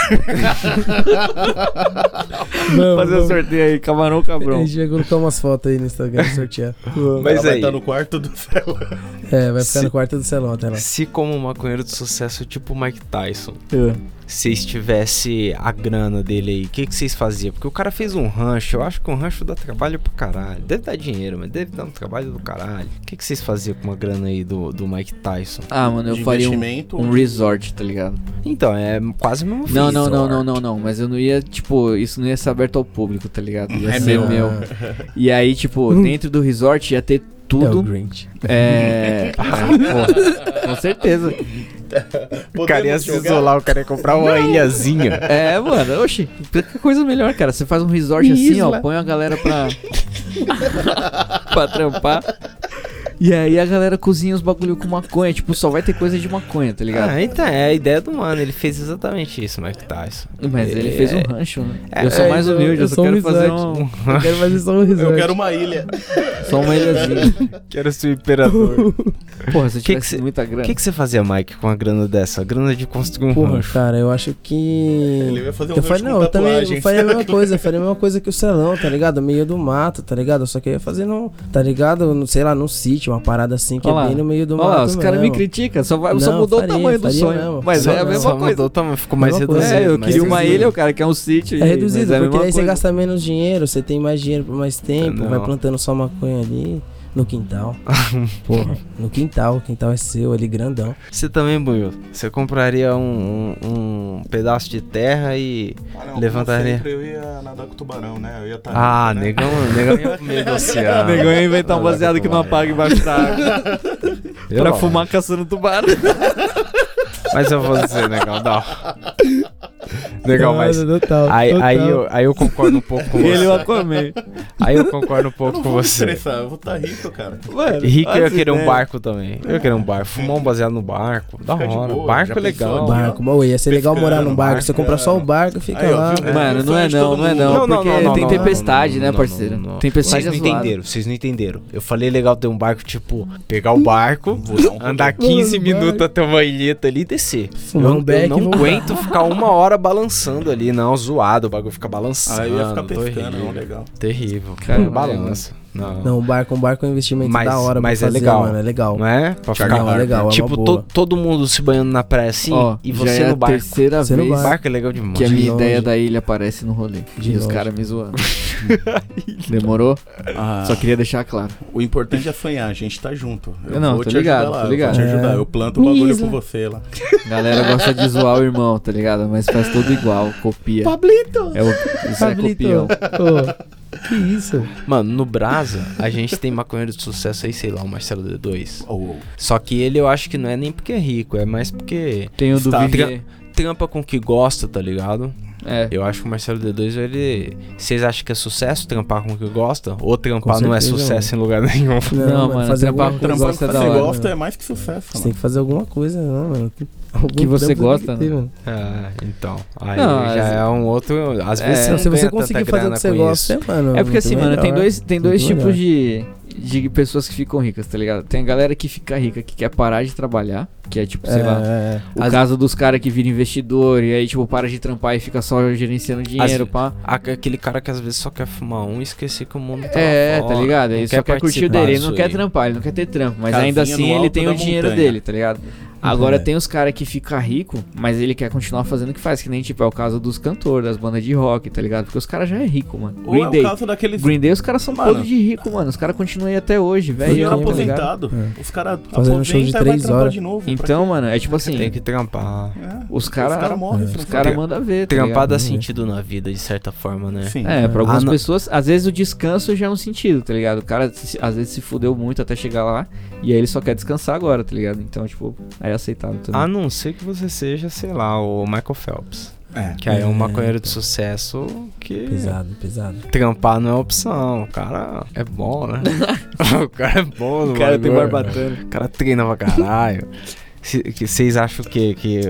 [SPEAKER 5] Vamos,
[SPEAKER 3] Fazer um
[SPEAKER 5] vamos.
[SPEAKER 3] sorteio aí, camarão
[SPEAKER 5] A
[SPEAKER 3] cabrão.
[SPEAKER 5] gente vai colocar umas fotos aí no Instagram pra sortear.
[SPEAKER 4] Mas
[SPEAKER 2] Ela vai
[SPEAKER 4] aí-
[SPEAKER 2] tá no quarto do céu.
[SPEAKER 5] É, vai ficar
[SPEAKER 4] Se-
[SPEAKER 5] no quarto do salão até lá.
[SPEAKER 4] Se como um maconheiro de sucesso tipo o Mike Tyson,
[SPEAKER 5] É,
[SPEAKER 4] vocês tivesse a grana dele aí, o que, que vocês faziam? Porque o cara fez um rancho, eu acho que um rancho dá trabalho pra caralho. Deve dar dinheiro, mas deve dar um trabalho do caralho. O que, que vocês faziam com uma grana aí do, do Mike Tyson?
[SPEAKER 3] Ah, mano, eu
[SPEAKER 2] De
[SPEAKER 3] faria um,
[SPEAKER 2] investimento.
[SPEAKER 3] um resort, tá ligado?
[SPEAKER 4] Então, é quase o mesmo
[SPEAKER 3] Não,
[SPEAKER 4] fim,
[SPEAKER 3] não, não,
[SPEAKER 4] Thor.
[SPEAKER 3] não, não, não. Mas eu não ia, tipo, isso não ia ser aberto ao público, tá ligado? Ia
[SPEAKER 2] É
[SPEAKER 3] ser
[SPEAKER 2] meu.
[SPEAKER 3] meu. E aí, tipo, dentro do resort ia ter
[SPEAKER 5] É o
[SPEAKER 3] tudo.
[SPEAKER 5] Grinch.
[SPEAKER 3] É. Ah, pô, com certeza.
[SPEAKER 4] O cara ia se
[SPEAKER 2] Podemos jogar?
[SPEAKER 4] isolar, o cara ia comprar uma ilhazinha. tá
[SPEAKER 3] É, mano, oxi, que coisa melhor, cara. Você faz um resort
[SPEAKER 5] Me
[SPEAKER 3] assim, ó,
[SPEAKER 5] isla.
[SPEAKER 3] põe a galera pra. pra trampar. E aí a galera cozinha os bagulho com maconha. Tipo, só vai ter coisa de maconha, tá ligado?
[SPEAKER 4] Ah, então, é a ideia do mano, ele fez exatamente isso, Mike Tyson.
[SPEAKER 3] Mas ele fez um rancho, né? eu sou
[SPEAKER 5] é,
[SPEAKER 3] mais
[SPEAKER 5] eu-
[SPEAKER 3] humilde, eu,
[SPEAKER 5] eu
[SPEAKER 3] só
[SPEAKER 5] sou um
[SPEAKER 3] quero fazer
[SPEAKER 5] resort.
[SPEAKER 3] um,
[SPEAKER 5] Eu quero fazer só um resort.
[SPEAKER 2] Eu quero uma ilha.
[SPEAKER 3] só um uma ilhazinha.
[SPEAKER 4] Quero ser o imperador.
[SPEAKER 3] Porra, se
[SPEAKER 4] Que que
[SPEAKER 3] eu tivesse
[SPEAKER 4] cê-
[SPEAKER 3] muita
[SPEAKER 4] O
[SPEAKER 3] grana.
[SPEAKER 4] que, que você fazia, Mike, com a grana dessa? A grana de construir um
[SPEAKER 5] Porra,
[SPEAKER 4] rancho.
[SPEAKER 5] cara, eu acho que...
[SPEAKER 3] Hum.
[SPEAKER 2] Ele ia fazer um
[SPEAKER 5] Eu falei,
[SPEAKER 2] rancho
[SPEAKER 5] não,
[SPEAKER 2] com
[SPEAKER 5] eu também eu
[SPEAKER 2] tatuagem.
[SPEAKER 5] faria a mesma coisa, eu faria a mesma coisa que o Celão, tá ligado? No meio do mato, tá ligado? Só que eu ia fazer no, tá ligado? No, sei lá, num sítio, uma parada assim que
[SPEAKER 3] Olha lá.
[SPEAKER 5] é bem no meio do
[SPEAKER 3] Olha
[SPEAKER 5] mato.
[SPEAKER 3] lá, os caras me
[SPEAKER 5] mesmo.
[SPEAKER 3] criticam, só, vai-
[SPEAKER 5] Não,
[SPEAKER 3] só mudou
[SPEAKER 5] faria,
[SPEAKER 3] o tamanho do
[SPEAKER 5] faria
[SPEAKER 3] sonho.
[SPEAKER 5] mesmo.
[SPEAKER 3] Mas
[SPEAKER 5] Só-
[SPEAKER 3] é a mesma
[SPEAKER 4] só
[SPEAKER 3] coisa.
[SPEAKER 4] Mudou, o tamanho, assim, ficou mais
[SPEAKER 5] Mesma coisa.
[SPEAKER 4] reduzido.
[SPEAKER 3] É, eu
[SPEAKER 4] mais
[SPEAKER 3] queria uma
[SPEAKER 4] reduzido.
[SPEAKER 3] ilha, o cara quer um sítio.
[SPEAKER 5] É
[SPEAKER 3] mas
[SPEAKER 5] reduzido,
[SPEAKER 3] é a
[SPEAKER 5] porque
[SPEAKER 3] mesma
[SPEAKER 5] daí você
[SPEAKER 3] coisa.
[SPEAKER 5] gasta menos dinheiro, você tem mais dinheiro por mais tempo,
[SPEAKER 4] Não.
[SPEAKER 5] vai plantando só maconha ali no quintal. Porra, no quintal, o quintal é seu, ali grandão.
[SPEAKER 4] Você também, Buiu. Você compraria um, um- um pedaço de terra e.
[SPEAKER 2] Ah, não,
[SPEAKER 4] Levantaria.
[SPEAKER 2] como sempre, eu ia nadar com o tubarão, né? Eu ia estar.
[SPEAKER 4] Ah, negão, negão ia negociar.
[SPEAKER 3] Negão ia inventar um baseado que não apaga embaixo da água
[SPEAKER 4] Eu
[SPEAKER 3] pra
[SPEAKER 4] não.
[SPEAKER 3] fumar caçando tubarão.
[SPEAKER 4] Mas eu vou dizer, negão, não.
[SPEAKER 3] Ah,
[SPEAKER 4] Negão, mas.
[SPEAKER 5] Total,
[SPEAKER 4] Aí, aí, eu, aí eu concordo um pouco com
[SPEAKER 3] E ele
[SPEAKER 4] você.
[SPEAKER 3] eu acomei.
[SPEAKER 4] Aí eu concordo um
[SPEAKER 2] Eu
[SPEAKER 4] pouco
[SPEAKER 2] não
[SPEAKER 4] com
[SPEAKER 2] vou me
[SPEAKER 4] você.
[SPEAKER 2] estressar, eu vou estar rico, cara.
[SPEAKER 3] Mano,
[SPEAKER 4] Rico eu ia
[SPEAKER 3] olha
[SPEAKER 4] querer
[SPEAKER 3] essa
[SPEAKER 4] um
[SPEAKER 3] ideia.
[SPEAKER 4] barco também. Eu ia querer um barco. Fumar um baseado no barco. Da
[SPEAKER 2] Fica de
[SPEAKER 4] hora.
[SPEAKER 2] boa,
[SPEAKER 4] barco
[SPEAKER 2] já
[SPEAKER 4] é legal.
[SPEAKER 2] pensou?
[SPEAKER 5] Barco, mas ia ser legal morar num
[SPEAKER 2] Pescando,
[SPEAKER 5] barco, você compra só o barco, fica
[SPEAKER 2] Aí, ó,
[SPEAKER 5] lá.
[SPEAKER 2] viu?
[SPEAKER 3] Mano, não
[SPEAKER 2] Sonho
[SPEAKER 3] é
[SPEAKER 2] de
[SPEAKER 3] não,
[SPEAKER 2] todo
[SPEAKER 3] não é
[SPEAKER 2] mundo.
[SPEAKER 3] não.
[SPEAKER 4] Não, não,
[SPEAKER 3] porque
[SPEAKER 4] não, não,
[SPEAKER 3] tem
[SPEAKER 4] não,
[SPEAKER 3] tempestade,
[SPEAKER 4] não,
[SPEAKER 3] né,
[SPEAKER 4] não,
[SPEAKER 3] parceiro?
[SPEAKER 4] não, não. Vocês
[SPEAKER 3] Tempestade
[SPEAKER 4] não
[SPEAKER 3] é zoado.
[SPEAKER 4] entenderam, vocês não entenderam. Eu falei legal ter um barco, tipo, pegar o barco,
[SPEAKER 2] Vou dar um rolê.
[SPEAKER 4] andar
[SPEAKER 5] Mano,
[SPEAKER 4] 15
[SPEAKER 5] barco.
[SPEAKER 4] minutos até uma ilheta ali e descer.
[SPEAKER 5] Fumar
[SPEAKER 4] eu,
[SPEAKER 5] um beck
[SPEAKER 4] eu
[SPEAKER 5] e
[SPEAKER 4] não
[SPEAKER 5] voltar.
[SPEAKER 4] aguento ficar uma hora balançando ali, não, zoado, o bagulho fica balançando.
[SPEAKER 2] Aí eu ia ficar pescando, né?
[SPEAKER 4] terrível,
[SPEAKER 2] não, legal.
[SPEAKER 4] terrível.
[SPEAKER 3] Caralho,
[SPEAKER 4] balança. Não. não.
[SPEAKER 5] Não, um barco, um barco é um investimento
[SPEAKER 4] Mas-
[SPEAKER 5] da hora, pra
[SPEAKER 4] mas é
[SPEAKER 5] fazer,
[SPEAKER 4] legal.
[SPEAKER 5] mano, é legal.
[SPEAKER 4] é? Pra
[SPEAKER 2] Charlie
[SPEAKER 4] ficar
[SPEAKER 5] Não, é legal, é
[SPEAKER 4] tipo,
[SPEAKER 5] uma
[SPEAKER 4] to-
[SPEAKER 5] boa.
[SPEAKER 4] todo mundo se banhando na praia assim
[SPEAKER 3] Ó,
[SPEAKER 4] e
[SPEAKER 3] já
[SPEAKER 4] você
[SPEAKER 3] é
[SPEAKER 4] no
[SPEAKER 3] a
[SPEAKER 4] barco.
[SPEAKER 3] terceira
[SPEAKER 5] Você no
[SPEAKER 3] vez
[SPEAKER 4] O barco é legal demais.
[SPEAKER 3] que a minha
[SPEAKER 5] longe.
[SPEAKER 3] ideia da ilha aparece no rolê.
[SPEAKER 5] De
[SPEAKER 3] e os
[SPEAKER 5] longe.
[SPEAKER 3] caras me zoando. Demorou?
[SPEAKER 2] Ah,
[SPEAKER 3] Só queria deixar claro.
[SPEAKER 2] O importante é sonhar, a gente tá junto. Eu
[SPEAKER 3] Não,
[SPEAKER 2] vou
[SPEAKER 3] tô
[SPEAKER 2] te
[SPEAKER 3] ligado,
[SPEAKER 2] ajudar lá,
[SPEAKER 3] tô ligado.
[SPEAKER 2] eu vou te
[SPEAKER 5] É.
[SPEAKER 2] ajudar. Eu planto o bagulho
[SPEAKER 5] Luísa.
[SPEAKER 2] com você lá.
[SPEAKER 3] Galera gosta de zoar o irmão, tá ligado? Mas faz tudo igual, copia.
[SPEAKER 5] Pablito!
[SPEAKER 3] É o Zé
[SPEAKER 5] Pablito!
[SPEAKER 3] Copião.
[SPEAKER 5] Ô, que isso?
[SPEAKER 4] Mano, no Brasa, a gente tem maconheiro de sucesso aí, sei lá, o Marcelo D2.
[SPEAKER 2] Ou
[SPEAKER 4] Só que ele eu acho que não é nem porque é rico, é mais porque
[SPEAKER 3] Tem o do
[SPEAKER 4] Tá.
[SPEAKER 2] Está.
[SPEAKER 3] Vivier.
[SPEAKER 4] trampa com o que gosta, tá ligado?
[SPEAKER 3] É.
[SPEAKER 4] Eu acho que o Marcelo D2, ele. Vocês acham que é sucesso trampar com o que gosta? Ou trampar
[SPEAKER 5] Com
[SPEAKER 4] não é
[SPEAKER 5] certeza,
[SPEAKER 4] sucesso em lugar nenhum?
[SPEAKER 3] Não, mano, é trampar
[SPEAKER 5] alguma
[SPEAKER 3] com
[SPEAKER 5] coisa-
[SPEAKER 2] trampar
[SPEAKER 3] gosta
[SPEAKER 2] com
[SPEAKER 3] da
[SPEAKER 2] você
[SPEAKER 3] hora,
[SPEAKER 2] gosta
[SPEAKER 5] né?
[SPEAKER 2] é mais que sucesso,
[SPEAKER 5] Você
[SPEAKER 2] mano.
[SPEAKER 5] tem que fazer alguma coisa, né, mano? Tem- algum
[SPEAKER 3] Que você
[SPEAKER 5] trampo tem
[SPEAKER 3] gosta,
[SPEAKER 5] ter,
[SPEAKER 3] né?
[SPEAKER 5] mano.
[SPEAKER 4] Ah, então. Aí
[SPEAKER 3] Não,
[SPEAKER 4] já
[SPEAKER 3] às-
[SPEAKER 4] é um outro. Às
[SPEAKER 3] É,
[SPEAKER 4] vezes você
[SPEAKER 5] Não,
[SPEAKER 4] não
[SPEAKER 5] se você
[SPEAKER 4] ganha
[SPEAKER 5] conseguir
[SPEAKER 4] tanta
[SPEAKER 5] fazer o
[SPEAKER 4] grana
[SPEAKER 5] que você
[SPEAKER 4] com
[SPEAKER 5] gosta,
[SPEAKER 4] isso.
[SPEAKER 5] mano.
[SPEAKER 3] É porque assim, mano, tem
[SPEAKER 5] melhor.
[SPEAKER 3] dois, tem dois
[SPEAKER 5] Muito
[SPEAKER 3] tipos de, de pessoas que ficam ricas, tá ligado? Tem a galera que fica rica, que quer parar de trabalhar, que é tipo, sei
[SPEAKER 5] É,
[SPEAKER 3] lá,
[SPEAKER 5] é,
[SPEAKER 3] o
[SPEAKER 4] As-
[SPEAKER 3] caso dos caras que viram investidor e aí, tipo, para de trampar e fica só gerenciando dinheiro, pá.
[SPEAKER 4] A- Aquele cara que às vezes só quer fumar um e esquecer que o mundo tá.
[SPEAKER 3] É,
[SPEAKER 4] lá fora,
[SPEAKER 3] tá ligado? Ele
[SPEAKER 4] não
[SPEAKER 3] só quer curtir o dele, ele
[SPEAKER 4] participar
[SPEAKER 3] não quer
[SPEAKER 4] disso aí.
[SPEAKER 3] trampar, ele não quer ter trampo, mas
[SPEAKER 2] Casinha
[SPEAKER 3] ainda
[SPEAKER 2] no
[SPEAKER 3] assim ele
[SPEAKER 2] alto
[SPEAKER 3] tem
[SPEAKER 2] da
[SPEAKER 3] o dinheiro
[SPEAKER 2] montanha.
[SPEAKER 3] dele, tá ligado? Agora
[SPEAKER 2] É.
[SPEAKER 3] tem os caras que fica rico, mas ele quer continuar fazendo o que faz, que nem tipo é o caso dos cantores, das bandas de rock, tá ligado? Porque os caras já é rico, mano.
[SPEAKER 2] Ou
[SPEAKER 3] Green
[SPEAKER 2] é
[SPEAKER 3] Day.
[SPEAKER 2] o caso daqueles
[SPEAKER 3] Green Day os caras são
[SPEAKER 2] Mano.
[SPEAKER 3] todos de rico, mano. Os caras continuam aí até hoje, velho.
[SPEAKER 2] Ele era
[SPEAKER 3] tá ligado?
[SPEAKER 2] aposentado. Os caras
[SPEAKER 5] Fazendo um show de
[SPEAKER 2] aposentam e vai
[SPEAKER 5] três
[SPEAKER 2] trampar
[SPEAKER 5] horas.
[SPEAKER 2] de novo.
[SPEAKER 3] Então, mano, é tipo assim,
[SPEAKER 4] Tem que trampar.
[SPEAKER 2] É.
[SPEAKER 3] os caras
[SPEAKER 2] Os caras morrem.
[SPEAKER 3] os
[SPEAKER 2] Os
[SPEAKER 3] caras mandam ver, tá
[SPEAKER 4] Trampar
[SPEAKER 3] ligado?
[SPEAKER 4] dá sentido na vida, de certa forma, né?
[SPEAKER 2] Sim.
[SPEAKER 3] É, pra algumas
[SPEAKER 4] Ah, não.
[SPEAKER 3] pessoas, às vezes o descanso já é um sentido, tá ligado? O cara se- às vezes se fudeu muito até chegar lá e aí ele só quer descansar agora, tá ligado? Então, tipo, aí é aceitável também.
[SPEAKER 4] A não ser que você seja, sei lá, o Michael Phelps.
[SPEAKER 2] É.
[SPEAKER 4] Que aí é um
[SPEAKER 5] É.
[SPEAKER 4] maconheiro de sucesso que
[SPEAKER 5] Pesado, pesado.
[SPEAKER 4] trampar não é opção. O cara é bom, né? o cara é bom, no bagulho. O cara treina pra caralho. Se- que Vocês acham que, que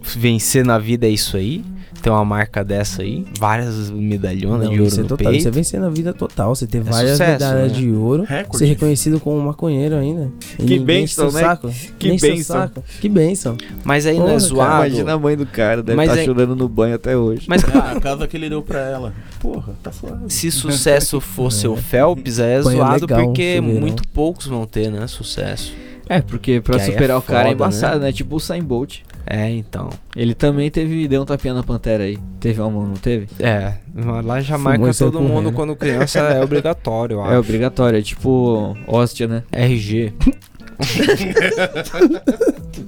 [SPEAKER 4] vencer na vida é isso aí? Ter uma marca dessa aí? Várias medalhonas de ouro
[SPEAKER 5] isso é
[SPEAKER 4] no
[SPEAKER 5] total.
[SPEAKER 4] peito?
[SPEAKER 5] Isso é vencer na vida total. Você ter várias
[SPEAKER 4] sucesso,
[SPEAKER 5] medalhas
[SPEAKER 4] né?
[SPEAKER 5] de ouro.
[SPEAKER 2] Recorde.
[SPEAKER 5] Ser reconhecido como um maconheiro ainda. E ninguém
[SPEAKER 3] bênção,
[SPEAKER 5] enche o
[SPEAKER 3] né?
[SPEAKER 5] Saco.
[SPEAKER 3] Que
[SPEAKER 5] Nem enche o
[SPEAKER 3] bênção.
[SPEAKER 5] saco. Que bênção.
[SPEAKER 4] Mas aí não é
[SPEAKER 5] Porra, cara,
[SPEAKER 4] zoado.
[SPEAKER 3] Imagina a mãe do cara, deve
[SPEAKER 4] Mas
[SPEAKER 3] estar
[SPEAKER 4] é-
[SPEAKER 3] chorando no banho até hoje.
[SPEAKER 4] Mas,
[SPEAKER 2] Ah,
[SPEAKER 4] cara,
[SPEAKER 2] a casa que ele deu pra ela. Porra, tá suave.
[SPEAKER 4] se sucesso fosse o Phelps, aí é
[SPEAKER 5] Põe
[SPEAKER 4] zoado
[SPEAKER 5] legal um
[SPEAKER 4] porque
[SPEAKER 5] chuveirão.
[SPEAKER 4] muito poucos vão ter, né? Sucesso.
[SPEAKER 3] É, porque pra
[SPEAKER 4] Que aí é
[SPEAKER 3] superar o cara é
[SPEAKER 4] foda,
[SPEAKER 3] embaçado, né? Tipo o Usain Bolt.
[SPEAKER 4] É, então.
[SPEAKER 3] Ele também teve, deu um tapinha na pantera aí. Teve uma, não teve?
[SPEAKER 4] É, mas lá em
[SPEAKER 5] Fumou
[SPEAKER 4] Jamaica
[SPEAKER 5] e saiu
[SPEAKER 4] todo mundo
[SPEAKER 5] correndo.
[SPEAKER 4] quando criança é obrigatório, eu
[SPEAKER 3] É
[SPEAKER 4] acho.
[SPEAKER 3] obrigatório, é tipo hóstia, né?
[SPEAKER 4] RG.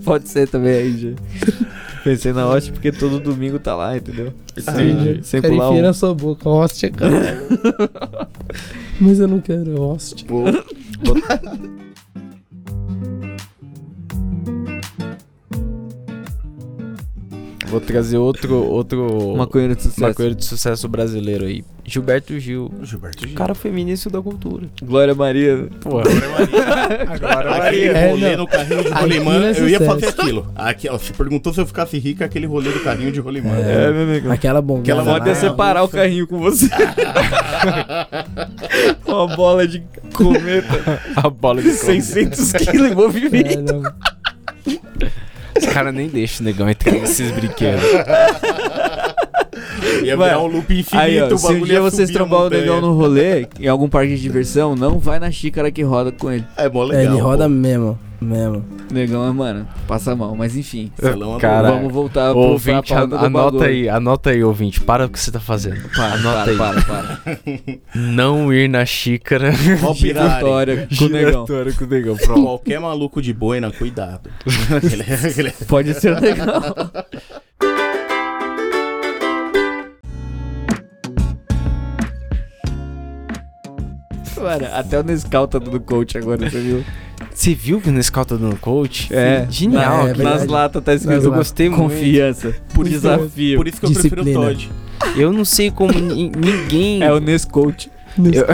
[SPEAKER 3] Pode ser também aí, já. Pensei na hóstia porque todo domingo tá lá, entendeu?
[SPEAKER 2] Entendi.
[SPEAKER 3] Sem pular um.
[SPEAKER 5] na sua boca. Hóstia, cara. Mas eu não quero hóstia.
[SPEAKER 4] Vou trazer outro. outro
[SPEAKER 3] um Maconheiro de sucesso.
[SPEAKER 4] maconheiro de sucesso brasileiro aí. Gilberto Gil.
[SPEAKER 2] Gilberto
[SPEAKER 4] O
[SPEAKER 2] Gil.
[SPEAKER 4] cara foi ministro da cultura.
[SPEAKER 3] Glória Maria.
[SPEAKER 4] Porra. Agora
[SPEAKER 2] Aquele
[SPEAKER 5] Maria.
[SPEAKER 2] rolê
[SPEAKER 5] É, não.
[SPEAKER 2] no carrinho de
[SPEAKER 5] Aquilo
[SPEAKER 2] rolimã,
[SPEAKER 5] é
[SPEAKER 2] eu ia
[SPEAKER 5] sucesso.
[SPEAKER 2] fazer aquilo. Aqui, ó, se perguntou se eu ficasse rico, aquele rolê do carrinho de rolimã.
[SPEAKER 3] É, meu amigo.
[SPEAKER 5] Aquela bomba.
[SPEAKER 2] Aquela
[SPEAKER 3] Ela
[SPEAKER 2] Pode
[SPEAKER 3] pode
[SPEAKER 2] Ah,
[SPEAKER 5] é
[SPEAKER 3] separar o carrinho com você. Uma bola de cometa
[SPEAKER 4] A bola de
[SPEAKER 3] de 600 quilos em movimento.
[SPEAKER 4] Os caras nem deixam o negão entrar nesses brinquedos.
[SPEAKER 2] Ia
[SPEAKER 3] Mano,
[SPEAKER 2] virar um loop infinito,
[SPEAKER 3] Aí, ó,
[SPEAKER 2] o
[SPEAKER 3] se um
[SPEAKER 2] bagulho
[SPEAKER 3] dia
[SPEAKER 2] ia
[SPEAKER 3] vocês
[SPEAKER 2] subir a
[SPEAKER 3] trombar o
[SPEAKER 2] montanha.
[SPEAKER 3] negão no rolê, em algum parque de diversão, não vai na xícara que roda com ele.
[SPEAKER 2] É mó
[SPEAKER 5] É,
[SPEAKER 2] legal.
[SPEAKER 5] ele roda
[SPEAKER 2] pô.
[SPEAKER 5] mesmo. Mesmo.
[SPEAKER 3] Negão é, mano, passa mal. Mas enfim,
[SPEAKER 2] Celão
[SPEAKER 4] Cara,
[SPEAKER 2] adorou.
[SPEAKER 3] vamos voltar pro
[SPEAKER 4] Ouvinte,
[SPEAKER 3] pra
[SPEAKER 4] an-
[SPEAKER 3] pauta do
[SPEAKER 4] anota
[SPEAKER 3] bagulho.
[SPEAKER 4] aí, anota aí, ouvinte. Para o que você tá fazendo.
[SPEAKER 3] Para,
[SPEAKER 4] anota
[SPEAKER 3] para,
[SPEAKER 4] aí.
[SPEAKER 3] para, para.
[SPEAKER 4] Não ir na xícara.
[SPEAKER 2] Mó pirari.
[SPEAKER 3] Vitória com o negão.
[SPEAKER 4] Giratório com o negão, pronto.
[SPEAKER 2] Qualquer maluco de boina, cuidado. é, Aquele- aquele-
[SPEAKER 3] Pode ser o negão. Mano, até o Nescau tá dando coach agora, você viu?
[SPEAKER 4] Você viu que o Nescau tá dando coach?
[SPEAKER 3] É.
[SPEAKER 4] Genial.
[SPEAKER 5] É,
[SPEAKER 4] aquilo.
[SPEAKER 5] verdade.
[SPEAKER 3] Nas latas tá escrito.
[SPEAKER 5] Nas
[SPEAKER 3] Eu
[SPEAKER 5] latas.
[SPEAKER 3] gostei muito. Confiança. Por desafio.
[SPEAKER 2] Por isso que eu prefiro o
[SPEAKER 5] Disciplina.
[SPEAKER 2] Todd.
[SPEAKER 4] Eu não sei como ni- ninguém.
[SPEAKER 3] É o Nescoach.
[SPEAKER 4] Eu-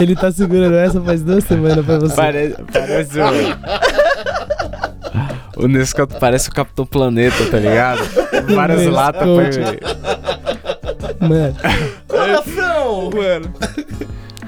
[SPEAKER 5] Ele tá segurando essa faz duas semanas pra você.
[SPEAKER 4] Parece, parece o. O Nescato parece o Capitão Planeta, tá ligado? Várias
[SPEAKER 5] Nescau.
[SPEAKER 4] latas pra
[SPEAKER 5] Mano.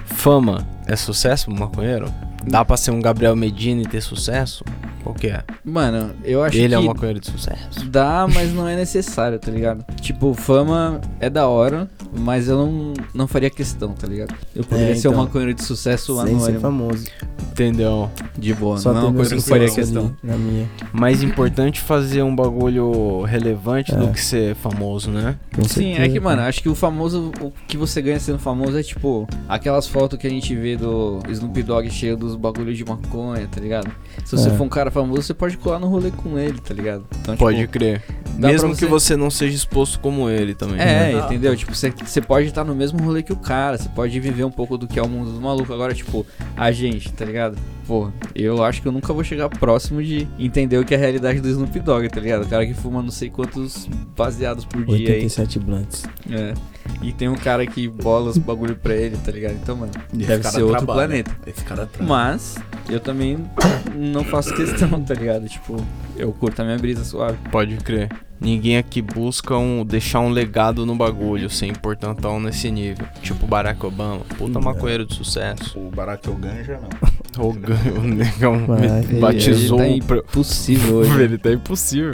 [SPEAKER 4] Fama é sucesso pro maconheiro? Dá pra ser um Gabriel Medina e ter sucesso? Qual que é?
[SPEAKER 3] Mano, eu acho
[SPEAKER 4] Ele
[SPEAKER 3] que
[SPEAKER 4] é um maconheiro de sucesso.
[SPEAKER 3] dá, mas não é necessário, tá ligado? Tipo, fama é da hora, Mas eu não, não faria questão, tá ligado? Eu poderia
[SPEAKER 5] É,
[SPEAKER 3] ser um
[SPEAKER 5] então.
[SPEAKER 3] maconheiro de sucesso
[SPEAKER 5] Sem ser
[SPEAKER 3] anônimo.
[SPEAKER 5] famoso.
[SPEAKER 4] Entendeu?
[SPEAKER 3] De boa,
[SPEAKER 5] Só
[SPEAKER 3] não é uma
[SPEAKER 5] ter
[SPEAKER 3] coisa que
[SPEAKER 5] meus
[SPEAKER 3] eu faria
[SPEAKER 5] seguidores
[SPEAKER 3] questão.
[SPEAKER 5] ali Na minha.
[SPEAKER 4] Mais importante fazer um bagulho relevante do
[SPEAKER 5] É.
[SPEAKER 4] que ser famoso, né?
[SPEAKER 5] Com
[SPEAKER 3] Sim,
[SPEAKER 5] certeza,
[SPEAKER 3] é que,
[SPEAKER 5] cara.
[SPEAKER 3] mano, acho que o famoso, o que você ganha sendo famoso é tipo aquelas fotos que a gente vê do Snoop Dogg cheio dos bagulhos de maconha, tá ligado? Se você
[SPEAKER 5] É.
[SPEAKER 3] for um cara famoso, você pode colar no rolê com ele, tá ligado? Então,
[SPEAKER 4] Pode
[SPEAKER 3] tipo,
[SPEAKER 4] crer.
[SPEAKER 3] dá
[SPEAKER 4] Mesmo
[SPEAKER 3] pra
[SPEAKER 4] que você não seja exposto como ele também.
[SPEAKER 3] É,
[SPEAKER 4] né?
[SPEAKER 3] entendeu? Tipo, você- você pode estar no mesmo rolê que o cara, você pode viver um pouco do que é o mundo do maluco. Agora, tipo, a gente, tá ligado? Porra, eu acho que eu nunca vou chegar próximo de entender o que é a realidade do Snoop Dogg, tá ligado? O cara que fuma não sei quantos baseados por dia aí. tá
[SPEAKER 5] 87 blunts.
[SPEAKER 3] É. E tem um cara que bola os bagulho pra ele, tá ligado? Então, mano,
[SPEAKER 2] Esse
[SPEAKER 3] deve
[SPEAKER 2] cara
[SPEAKER 3] ser outro
[SPEAKER 2] trabalha.
[SPEAKER 3] planeta.
[SPEAKER 2] Esse cara
[SPEAKER 4] né?
[SPEAKER 2] trabalha.
[SPEAKER 3] Mas, eu também não faço questão, tá ligado? Tipo, eu curto a minha brisa suave.
[SPEAKER 4] Pode crer. Ninguém aqui busca um, deixar um legado no bagulho, ser importantão nesse nível. Tipo Barack Obama,
[SPEAKER 5] É.
[SPEAKER 4] puta maconheiro de sucesso.
[SPEAKER 2] O Barack Oganja, não.
[SPEAKER 4] O gan- o negão
[SPEAKER 5] Vai,
[SPEAKER 4] me-
[SPEAKER 5] ele-
[SPEAKER 4] batizou
[SPEAKER 3] ele tá
[SPEAKER 4] um pro-
[SPEAKER 3] Possível hoje. né?
[SPEAKER 4] Ele tá impossível.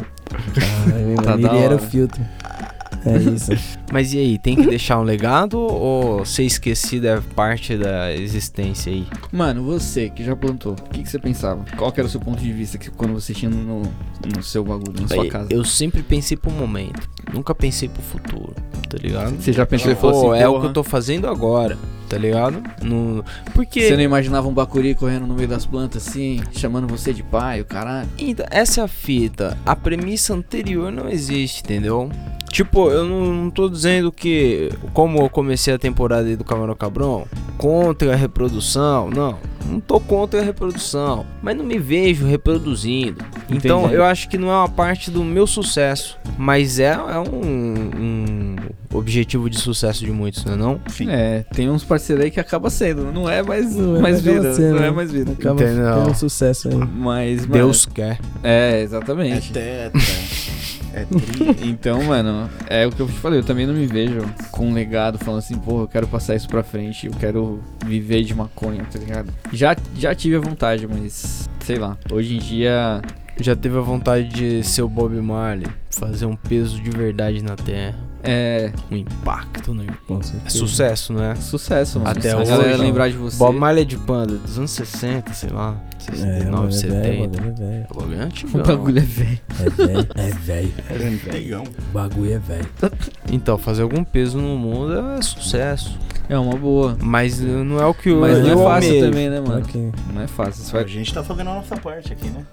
[SPEAKER 5] Caralho,
[SPEAKER 3] Tá
[SPEAKER 5] mano.
[SPEAKER 3] da
[SPEAKER 5] Ah, Ele era
[SPEAKER 3] hora.
[SPEAKER 5] o filtro. É isso.
[SPEAKER 4] Mas e aí, tem que deixar um legado ou ser esquecido é parte da existência aí?
[SPEAKER 3] Mano, você que já plantou, o que, que você pensava? Qual que era o seu ponto de vista que quando você tinha no, no seu bagulho, na sua
[SPEAKER 4] Aí,
[SPEAKER 3] casa?
[SPEAKER 4] Eu sempre pensei pro momento, nunca pensei pro futuro, tá ligado?
[SPEAKER 3] Você já pensou e
[SPEAKER 4] Pô,
[SPEAKER 3] falou assim,
[SPEAKER 4] é o que
[SPEAKER 3] porra,
[SPEAKER 4] eu tô fazendo agora, tá ligado? No... Porque
[SPEAKER 3] Você não imaginava um bacuri correndo no meio das plantas assim, chamando você de pai, o caralho?
[SPEAKER 4] Então, essa é a fita. A premissa anterior não existe, entendeu? Tipo, eu não, não tô dizendo que, como eu comecei a temporada aí do Camarão Cabrão, contra a reprodução. Não, não tô contra a reprodução, mas não me vejo reproduzindo. Então,
[SPEAKER 3] Entendi.
[SPEAKER 4] eu acho que não é uma parte do meu sucesso, mas é, é um, um objetivo de sucesso de muitos, não é não?
[SPEAKER 2] Sim.
[SPEAKER 3] É, tem uns parceiros aí que acaba sendo, não é mais,
[SPEAKER 5] Não é
[SPEAKER 3] mais
[SPEAKER 5] mais
[SPEAKER 3] vida,
[SPEAKER 5] cena.
[SPEAKER 3] não é mais vida.
[SPEAKER 5] Acaba
[SPEAKER 4] Entendeu?
[SPEAKER 5] tendo um sucesso aí.
[SPEAKER 3] Mas, mano,
[SPEAKER 4] Deus quer.
[SPEAKER 3] É,
[SPEAKER 2] É
[SPEAKER 3] exatamente.
[SPEAKER 2] tetra. é tri.
[SPEAKER 3] Então, mano, é o que eu te falei, eu também não me vejo com um legado falando assim, porra, eu quero passar isso pra frente, eu quero viver de maconha, tá ligado? Já, já tive a vontade, mas sei lá, hoje em dia.
[SPEAKER 4] Já teve a vontade de ser o Bob Marley, fazer um peso de verdade na terra.
[SPEAKER 3] É
[SPEAKER 4] um impacto, né?
[SPEAKER 5] Com certeza.
[SPEAKER 4] É sucesso, né?
[SPEAKER 3] sucesso, mano.
[SPEAKER 4] Até
[SPEAKER 3] Se a
[SPEAKER 4] hoje,
[SPEAKER 3] galera
[SPEAKER 4] ó.
[SPEAKER 3] lembrar de você.
[SPEAKER 4] Bob Marley é de Panda, dos anos 60, sei lá,
[SPEAKER 5] É,
[SPEAKER 4] 69,
[SPEAKER 5] mano, é velho,
[SPEAKER 4] 70.
[SPEAKER 5] mano, é velho.
[SPEAKER 4] O bagulho é antigo.
[SPEAKER 3] o bagulho é velho.
[SPEAKER 5] É velho, é velho.
[SPEAKER 2] É antigão.
[SPEAKER 5] O bagulho é velho.
[SPEAKER 4] Então, fazer algum peso no mundo é sucesso.
[SPEAKER 3] É uma boa.
[SPEAKER 4] Mas eh, não é o que o
[SPEAKER 3] Mas não
[SPEAKER 5] eu
[SPEAKER 3] é fácil
[SPEAKER 4] almejo.
[SPEAKER 3] também, né, mano?
[SPEAKER 5] Ok.
[SPEAKER 3] Não é fácil. Você vai
[SPEAKER 2] A gente tá fazendo a nossa parte aqui, né?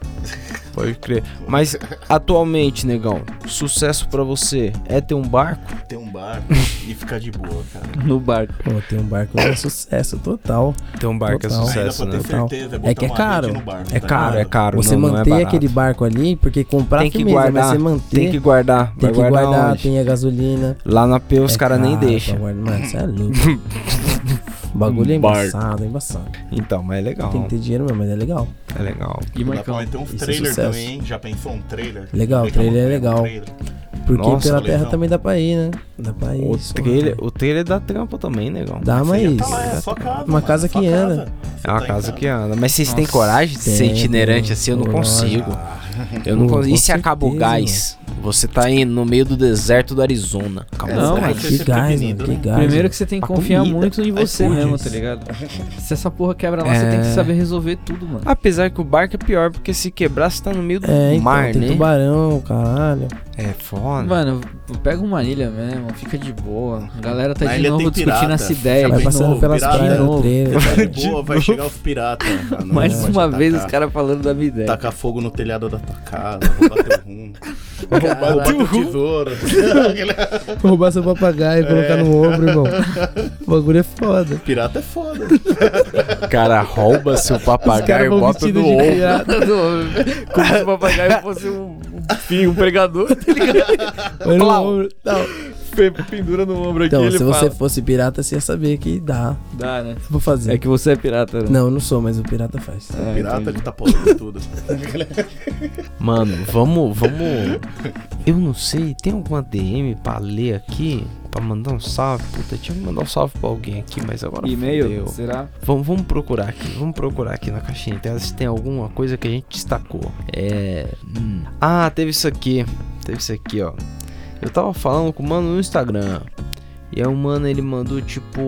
[SPEAKER 4] Pode crer. Mas atualmente, negão, sucesso pra você é ter um barco?
[SPEAKER 2] Ter um barco e ficar de boa, cara.
[SPEAKER 3] no barco.
[SPEAKER 5] Pô, tem um barco é sucesso total.
[SPEAKER 4] Ter um barco
[SPEAKER 5] Total.
[SPEAKER 4] é
[SPEAKER 2] Ainda
[SPEAKER 4] sucesso,
[SPEAKER 2] pra ter
[SPEAKER 4] né?
[SPEAKER 5] Total.
[SPEAKER 2] certeza.
[SPEAKER 5] É que é
[SPEAKER 2] botar um
[SPEAKER 5] caro.
[SPEAKER 2] adeite no barco,
[SPEAKER 5] É
[SPEAKER 2] tá
[SPEAKER 5] caro,
[SPEAKER 2] ligado?
[SPEAKER 4] caro,
[SPEAKER 5] Você
[SPEAKER 4] não, não é
[SPEAKER 5] manter
[SPEAKER 4] barato.
[SPEAKER 5] aquele barco ali, porque comprar
[SPEAKER 4] Tem que
[SPEAKER 5] firmeza, mas
[SPEAKER 4] guardar,
[SPEAKER 5] você manter.
[SPEAKER 4] Tem que guardar.
[SPEAKER 5] tem
[SPEAKER 4] Vai
[SPEAKER 5] que
[SPEAKER 4] guardar,
[SPEAKER 5] guardar,
[SPEAKER 4] onde?
[SPEAKER 5] tem a gasolina.
[SPEAKER 4] Lá na P os
[SPEAKER 5] É
[SPEAKER 4] caras nem
[SPEAKER 5] caro pra
[SPEAKER 4] deixam.
[SPEAKER 5] guardar. Mano, você é louco. O bagulho é
[SPEAKER 4] Um barco.
[SPEAKER 5] embaçado, é embaçado.
[SPEAKER 4] Então, mas é legal.
[SPEAKER 5] Tem que ter dinheiro mesmo, mas é legal.
[SPEAKER 4] É legal.
[SPEAKER 3] E
[SPEAKER 2] Dá pra
[SPEAKER 3] Marcão.
[SPEAKER 2] meter uns
[SPEAKER 5] Isso é
[SPEAKER 2] trailers
[SPEAKER 5] sucesso.
[SPEAKER 2] também, hein? Já pensou um trailer?
[SPEAKER 5] Legal,
[SPEAKER 2] Daqui a
[SPEAKER 5] trailer é
[SPEAKER 2] pouco
[SPEAKER 5] legal.
[SPEAKER 2] tem um trailer.
[SPEAKER 5] Porque
[SPEAKER 4] Nossa,
[SPEAKER 5] pela
[SPEAKER 2] lesão.
[SPEAKER 5] terra também dá pra ir, né? Dá pra ir.
[SPEAKER 4] O
[SPEAKER 5] suave.
[SPEAKER 4] trailer, o trailer dá trampa também, negão.
[SPEAKER 5] né? Dá,
[SPEAKER 2] Você
[SPEAKER 5] mas.
[SPEAKER 2] já tá lá, é a sua casa,
[SPEAKER 5] Uma
[SPEAKER 2] mano,
[SPEAKER 5] casa
[SPEAKER 2] é a sua
[SPEAKER 5] que
[SPEAKER 2] casa.
[SPEAKER 5] anda.
[SPEAKER 2] Você
[SPEAKER 4] É uma
[SPEAKER 2] tá em
[SPEAKER 4] casa
[SPEAKER 2] casa.
[SPEAKER 4] que anda. Mas vocês têm
[SPEAKER 3] Nossa.
[SPEAKER 4] coragem de ser
[SPEAKER 5] Tem,
[SPEAKER 4] itinerante assim? Eu não
[SPEAKER 5] tem.
[SPEAKER 4] consigo. Eu
[SPEAKER 5] Pô,
[SPEAKER 4] não
[SPEAKER 5] com
[SPEAKER 4] consigo. E se
[SPEAKER 5] certeza,
[SPEAKER 4] acaba o gás? Você tá indo no meio do deserto do Arizona. Acabou
[SPEAKER 3] Não,
[SPEAKER 4] o
[SPEAKER 2] mas
[SPEAKER 4] gás.
[SPEAKER 2] você
[SPEAKER 5] é. Que
[SPEAKER 2] ser
[SPEAKER 5] gás, mano,
[SPEAKER 2] prevenido,
[SPEAKER 5] que
[SPEAKER 2] né?
[SPEAKER 5] gás.
[SPEAKER 3] Primeiro
[SPEAKER 5] mano.
[SPEAKER 3] que você tem que
[SPEAKER 4] Pra
[SPEAKER 3] confiar
[SPEAKER 4] comida,
[SPEAKER 3] muito em você
[SPEAKER 2] iFood.
[SPEAKER 3] mesmo, tá ligado? Se essa porra quebra lá, você
[SPEAKER 4] É.
[SPEAKER 3] tem que saber resolver tudo, mano.
[SPEAKER 4] Apesar que o barco é pior, porque se quebrar, você tá no meio do
[SPEAKER 5] É, então,
[SPEAKER 4] mar,
[SPEAKER 5] tem
[SPEAKER 4] né?
[SPEAKER 5] tubarão, caralho.
[SPEAKER 4] É foda.
[SPEAKER 3] Mano, pega uma ilha mesmo, fica de boa. A galera tá
[SPEAKER 2] Na
[SPEAKER 3] de
[SPEAKER 2] ilha
[SPEAKER 3] novo
[SPEAKER 2] tem
[SPEAKER 3] discutindo
[SPEAKER 2] pirata.
[SPEAKER 3] essa ideia.
[SPEAKER 5] Vai
[SPEAKER 2] Vai
[SPEAKER 3] É de
[SPEAKER 5] passando
[SPEAKER 3] novo.
[SPEAKER 2] novo,
[SPEAKER 5] pelas
[SPEAKER 2] pirata.
[SPEAKER 5] praias do
[SPEAKER 3] Novo.
[SPEAKER 5] trailer.
[SPEAKER 2] Vai de boa, vai chegar os piratas. Ah, não,
[SPEAKER 3] Mais
[SPEAKER 2] pode Tá.
[SPEAKER 3] uma vez os
[SPEAKER 2] atacar.
[SPEAKER 3] caras falando da minha ideia.
[SPEAKER 2] Tacar fogo no telhado da tua casa, roubar teu rumo. Roubar teu tesouro.
[SPEAKER 5] Roubar seu papagaio e colocar no ombro, irmão. O bagulho é foda.
[SPEAKER 2] Pirata é foda.
[SPEAKER 4] O cara rouba seu papagaio e bota no ovo.
[SPEAKER 5] criada.
[SPEAKER 3] Como se o papagaio fosse um, um filho, um pregador.
[SPEAKER 5] Mas no
[SPEAKER 3] Plau.
[SPEAKER 5] ombro. Não.
[SPEAKER 3] Pendura no ombro aqui,
[SPEAKER 5] Então,
[SPEAKER 3] ele
[SPEAKER 5] se
[SPEAKER 3] fala.
[SPEAKER 5] você fosse pirata, você ia saber que dá.
[SPEAKER 3] Dá, né?
[SPEAKER 5] Eu vou fazer.
[SPEAKER 3] É que você é pirata, né?
[SPEAKER 5] Não, eu não sou, mas o pirata faz.
[SPEAKER 3] Ah,
[SPEAKER 2] Pirata,
[SPEAKER 3] entendi.
[SPEAKER 2] ele tá podando tudo.
[SPEAKER 4] Mano, vamos, vamos. Eu não sei, tem alguma DM pra ler aqui? Pra mandar um salve? Puta, tinha que mandar um salve pra alguém aqui, mas agora.
[SPEAKER 3] E-mail?
[SPEAKER 4] fudeu.
[SPEAKER 3] Será?
[SPEAKER 4] Vamos, vamos procurar aqui, vamos procurar aqui na caixinha de telas se tem alguma coisa que a gente destacou. É. hum. Ah, teve isso aqui. Teve isso aqui, ó. Eu tava falando com o mano no Instagram. E aí o mano, ele mandou tipo.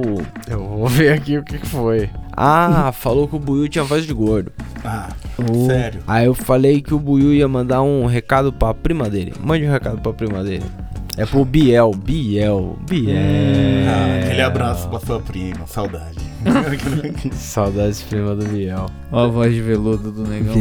[SPEAKER 4] Eu vou ver aqui o que que foi. Ah, falou que o Buiu tinha voz de gordo.
[SPEAKER 2] Ah,
[SPEAKER 4] O-
[SPEAKER 2] sério.
[SPEAKER 4] Aí eu falei que o Buiu ia mandar um recado pra prima dele. Mande um recado pra prima dele. É pro Biel, Biel, Biel.
[SPEAKER 3] É.
[SPEAKER 4] É.
[SPEAKER 2] Ah, aquele abraço pra sua prima, saudade.
[SPEAKER 4] Saudades prima do Biel.
[SPEAKER 3] Ó a voz de veludo do negão.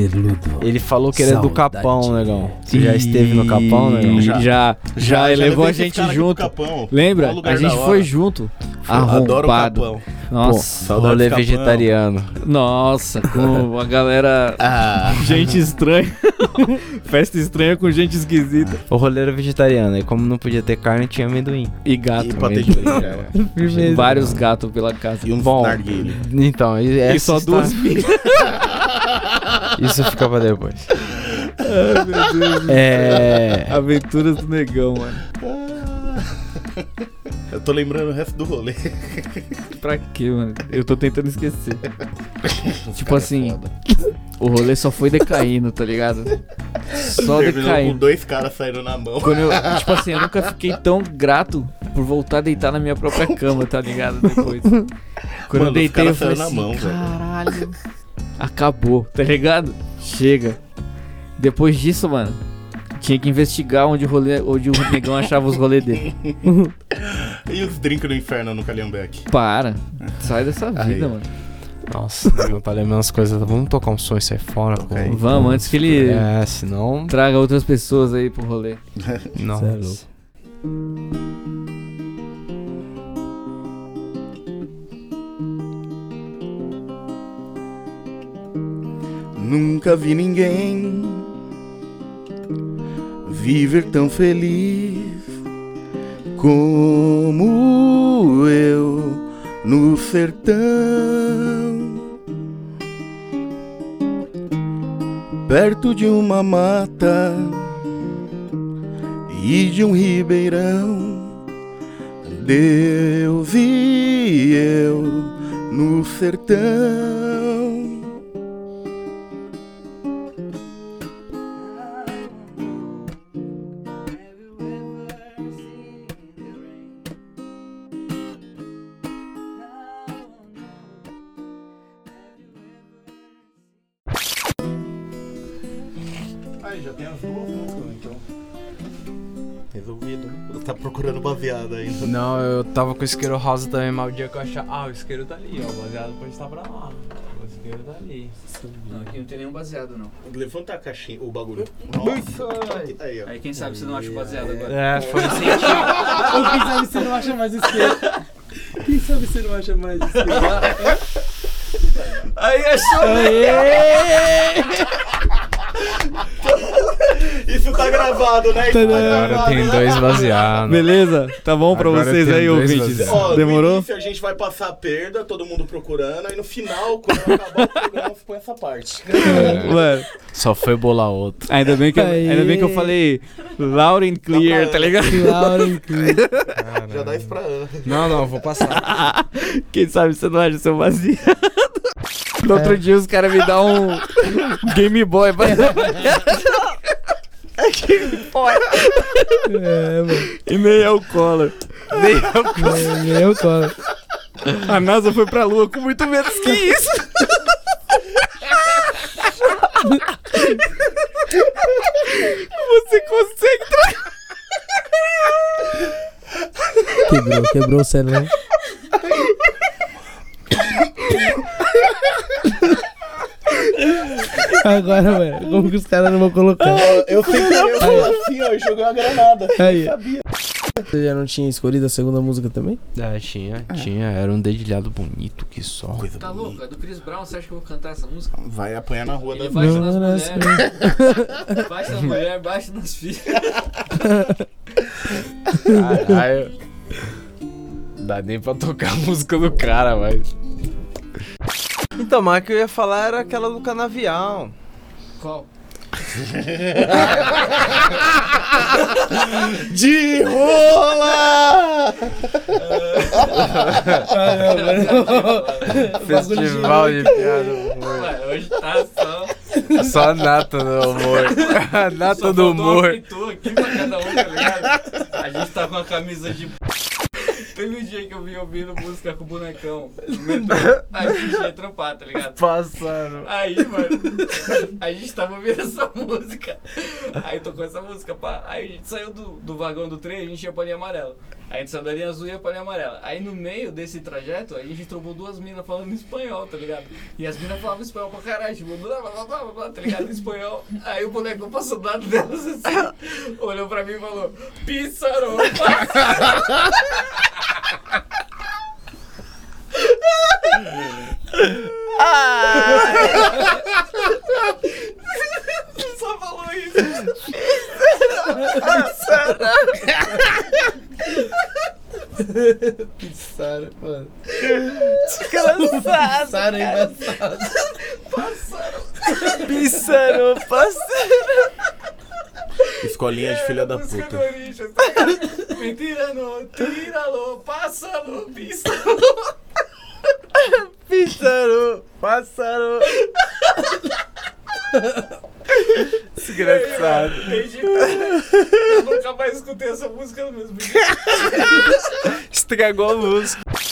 [SPEAKER 4] Ele falou que ele é do
[SPEAKER 5] Saudade.
[SPEAKER 4] Capão, negão. Você já esteve no Capão, negão?
[SPEAKER 3] Já,
[SPEAKER 2] Já.
[SPEAKER 3] já, levou
[SPEAKER 2] levei
[SPEAKER 3] a
[SPEAKER 2] esses
[SPEAKER 3] gente
[SPEAKER 2] caras aqui pro
[SPEAKER 3] junto.
[SPEAKER 2] Capão.
[SPEAKER 3] Lembra?
[SPEAKER 2] Mó É um lugar
[SPEAKER 3] A gente
[SPEAKER 2] da hora.
[SPEAKER 3] foi junto.
[SPEAKER 2] Adoro o
[SPEAKER 3] Arrombado.
[SPEAKER 2] Capão.
[SPEAKER 3] Nossa,
[SPEAKER 2] Saudades
[SPEAKER 4] Rolê
[SPEAKER 2] Capão.
[SPEAKER 4] vegetariano.
[SPEAKER 3] nossa, com a galera.
[SPEAKER 2] Ah,
[SPEAKER 3] Gente estranha. Festa estranha com gente esquisita.
[SPEAKER 4] O rolê era vegetariano, e como não podia ter carne, tinha amendoim.
[SPEAKER 3] E gato.
[SPEAKER 2] e
[SPEAKER 3] Ah, também.
[SPEAKER 2] patê de berinjela.
[SPEAKER 3] Vários gatos pela casa.
[SPEAKER 2] E um
[SPEAKER 4] Bom.
[SPEAKER 2] narguilho.
[SPEAKER 4] Então, e,
[SPEAKER 3] E
[SPEAKER 4] essa
[SPEAKER 3] só
[SPEAKER 4] está-
[SPEAKER 3] duas filhas.
[SPEAKER 4] Isso fica pra depois. é.
[SPEAKER 3] Aventuras do negão, mano.
[SPEAKER 2] Ah. Eu tô lembrando o resto do rolê.
[SPEAKER 3] Pra quê, mano? Eu tô tentando esquecer. tipo
[SPEAKER 2] cara é
[SPEAKER 3] assim,
[SPEAKER 2] foda.
[SPEAKER 3] o rolê só foi decaindo, tá ligado? Só
[SPEAKER 2] Terminou com
[SPEAKER 3] decaindo.
[SPEAKER 2] dois caras saindo na mão.
[SPEAKER 3] Quando eu, tipo assim, eu nunca fiquei tão grato por voltar a deitar na minha própria cama, tá ligado? Depois. Quando eu
[SPEAKER 2] Mano, os
[SPEAKER 3] deitei,
[SPEAKER 2] caras
[SPEAKER 3] eu falei
[SPEAKER 2] saíram na
[SPEAKER 3] assim,
[SPEAKER 2] mão, velho.
[SPEAKER 3] caralho, acabou, tá ligado? Chega. Depois disso, mano, tinha que investigar onde o, rolê, onde o negão achava os rolês dele.
[SPEAKER 2] E os drinks do inferno no Calhambeck.
[SPEAKER 3] Para, sai dessa vida,
[SPEAKER 2] Aí.
[SPEAKER 3] mano.
[SPEAKER 4] Nossa, não tá lembrando as coisas. Vamos tocar um som e sair fora, pô.
[SPEAKER 2] Ok.
[SPEAKER 3] Vamos, antes que ele
[SPEAKER 4] É, senão.
[SPEAKER 3] traga outras pessoas aí pro rolê.
[SPEAKER 4] Não.
[SPEAKER 5] Cê é louco.
[SPEAKER 2] Nunca vi ninguém viver tão feliz como eu no sertão. Perto de uma mata e de um ribeirão, Deus e eu no sertão. Aí já tem as duas músicas, então. Resolvido. Você tá procurando baseado ainda.
[SPEAKER 4] Não, eu tava com o isqueiro rosa também, mas o dia que eu achava. Ah, o isqueiro tá ali, ó. O baseado pode estar pra lá. O isqueiro tá ali.
[SPEAKER 3] Não, aqui não tem nenhum baseado, não.
[SPEAKER 2] Levanta a caixinha, o bagulho. Nossa. Aí, ó.
[SPEAKER 3] Aí quem sabe você não acha baseado agora.
[SPEAKER 4] É, foi assim.
[SPEAKER 5] Quem sabe você não acha mais esquerda? Quem sabe você não acha mais esquerda?
[SPEAKER 3] Aí achou!
[SPEAKER 2] Isso tá gravado, né? Isso tá
[SPEAKER 4] Agora tem dois baseados.
[SPEAKER 3] Beleza? Tá bom pra
[SPEAKER 4] Agora
[SPEAKER 3] vocês
[SPEAKER 4] tem
[SPEAKER 3] aí,
[SPEAKER 4] dois
[SPEAKER 3] ouvintes?
[SPEAKER 4] baseados.
[SPEAKER 2] Ó, No
[SPEAKER 3] Demorou?
[SPEAKER 2] início a gente vai passar a perda, todo mundo procurando, aí no final, quando acabar o programa, ficou essa parte.
[SPEAKER 3] Mano,
[SPEAKER 4] Só foi bolar outro.
[SPEAKER 3] ainda bem que eu,
[SPEAKER 5] Aê.
[SPEAKER 3] ainda bem que eu falei loud and clear, tá ligado?
[SPEAKER 2] Já dá isso pra Ana.
[SPEAKER 4] Não, não, vou passar.
[SPEAKER 3] Quem sabe você não acha seu vazio. No outro dia os caras me dão um Game Boy pra...
[SPEAKER 5] É, mano.
[SPEAKER 3] e nem é o Collor. Nem é o Collor.
[SPEAKER 5] É, nem Eu colo.
[SPEAKER 3] A NASA foi pra lua com muito menos que isso. Você consegue tragar.
[SPEAKER 5] Quebrou, quebrou o celular. Agora, velho, como que os caras não vão colocar?
[SPEAKER 2] Eu sei que eu falar assim, ó, e joguei uma granada.
[SPEAKER 5] Aí. Você já não tinha escolhido a segunda música também?
[SPEAKER 4] Ah, tinha, tinha. Era um dedilhado bonito que só.
[SPEAKER 2] Coisa
[SPEAKER 3] É do Chris Brown, você acha que eu vou cantar essa música?
[SPEAKER 2] Vai apanhar na rua da
[SPEAKER 3] vai
[SPEAKER 5] Não, não, não,
[SPEAKER 3] baixa nas mulheres, baixa nas filhas.
[SPEAKER 4] Caralho. Dá nem pra tocar a música do cara, mas. Então, mas o que eu ia falar era aquela do canavial.
[SPEAKER 3] Qual?
[SPEAKER 2] De rola!
[SPEAKER 4] Festival de piada.
[SPEAKER 3] Ué, hoje tá só...
[SPEAKER 4] Só a nata do humor. A nata
[SPEAKER 3] Só
[SPEAKER 4] do
[SPEAKER 3] faltou uma
[SPEAKER 4] humor.
[SPEAKER 3] pintura aqui pra cada um, tá ligado? A gente tá com a camisa de... Teve um dia que eu vim ouvindo música com o bonecão. no metrô. Aí a gente ia trampar, tá ligado?
[SPEAKER 6] Passaram.
[SPEAKER 3] Aí, mano, a gente tava ouvindo essa música. Aí tocou essa música, pá. Aí a gente saiu do, do vagão do trem, a gente ia pra linha amarela. Aí a gente saiu da linha azul e ia pra linha amarela. Aí no meio desse trajeto, a gente trocou duas minas falando espanhol, tá ligado? E as minas falavam espanhol pra caralho, tipo, blá, blá, blá, blá, blá, tá ligado? Em Espanhol. Aí o bonecão passou do lado delas assim, olhou pra mim e falou: Pissarão, só falou isso.
[SPEAKER 6] Passaram, mano. Descansado. Passaram embaçado.
[SPEAKER 2] Pissarão,
[SPEAKER 7] Escolinha de filha da
[SPEAKER 3] Música do
[SPEAKER 7] puta.
[SPEAKER 3] Corinthians, tá ligado? Mentira, não. Tira-lo, passa-lo, pisa-lo.
[SPEAKER 2] Pissarão, passarão. Desgraçado.
[SPEAKER 3] Desde então, né? eu nunca mais escutei essa música no mesmo dia.
[SPEAKER 2] Estragou a música.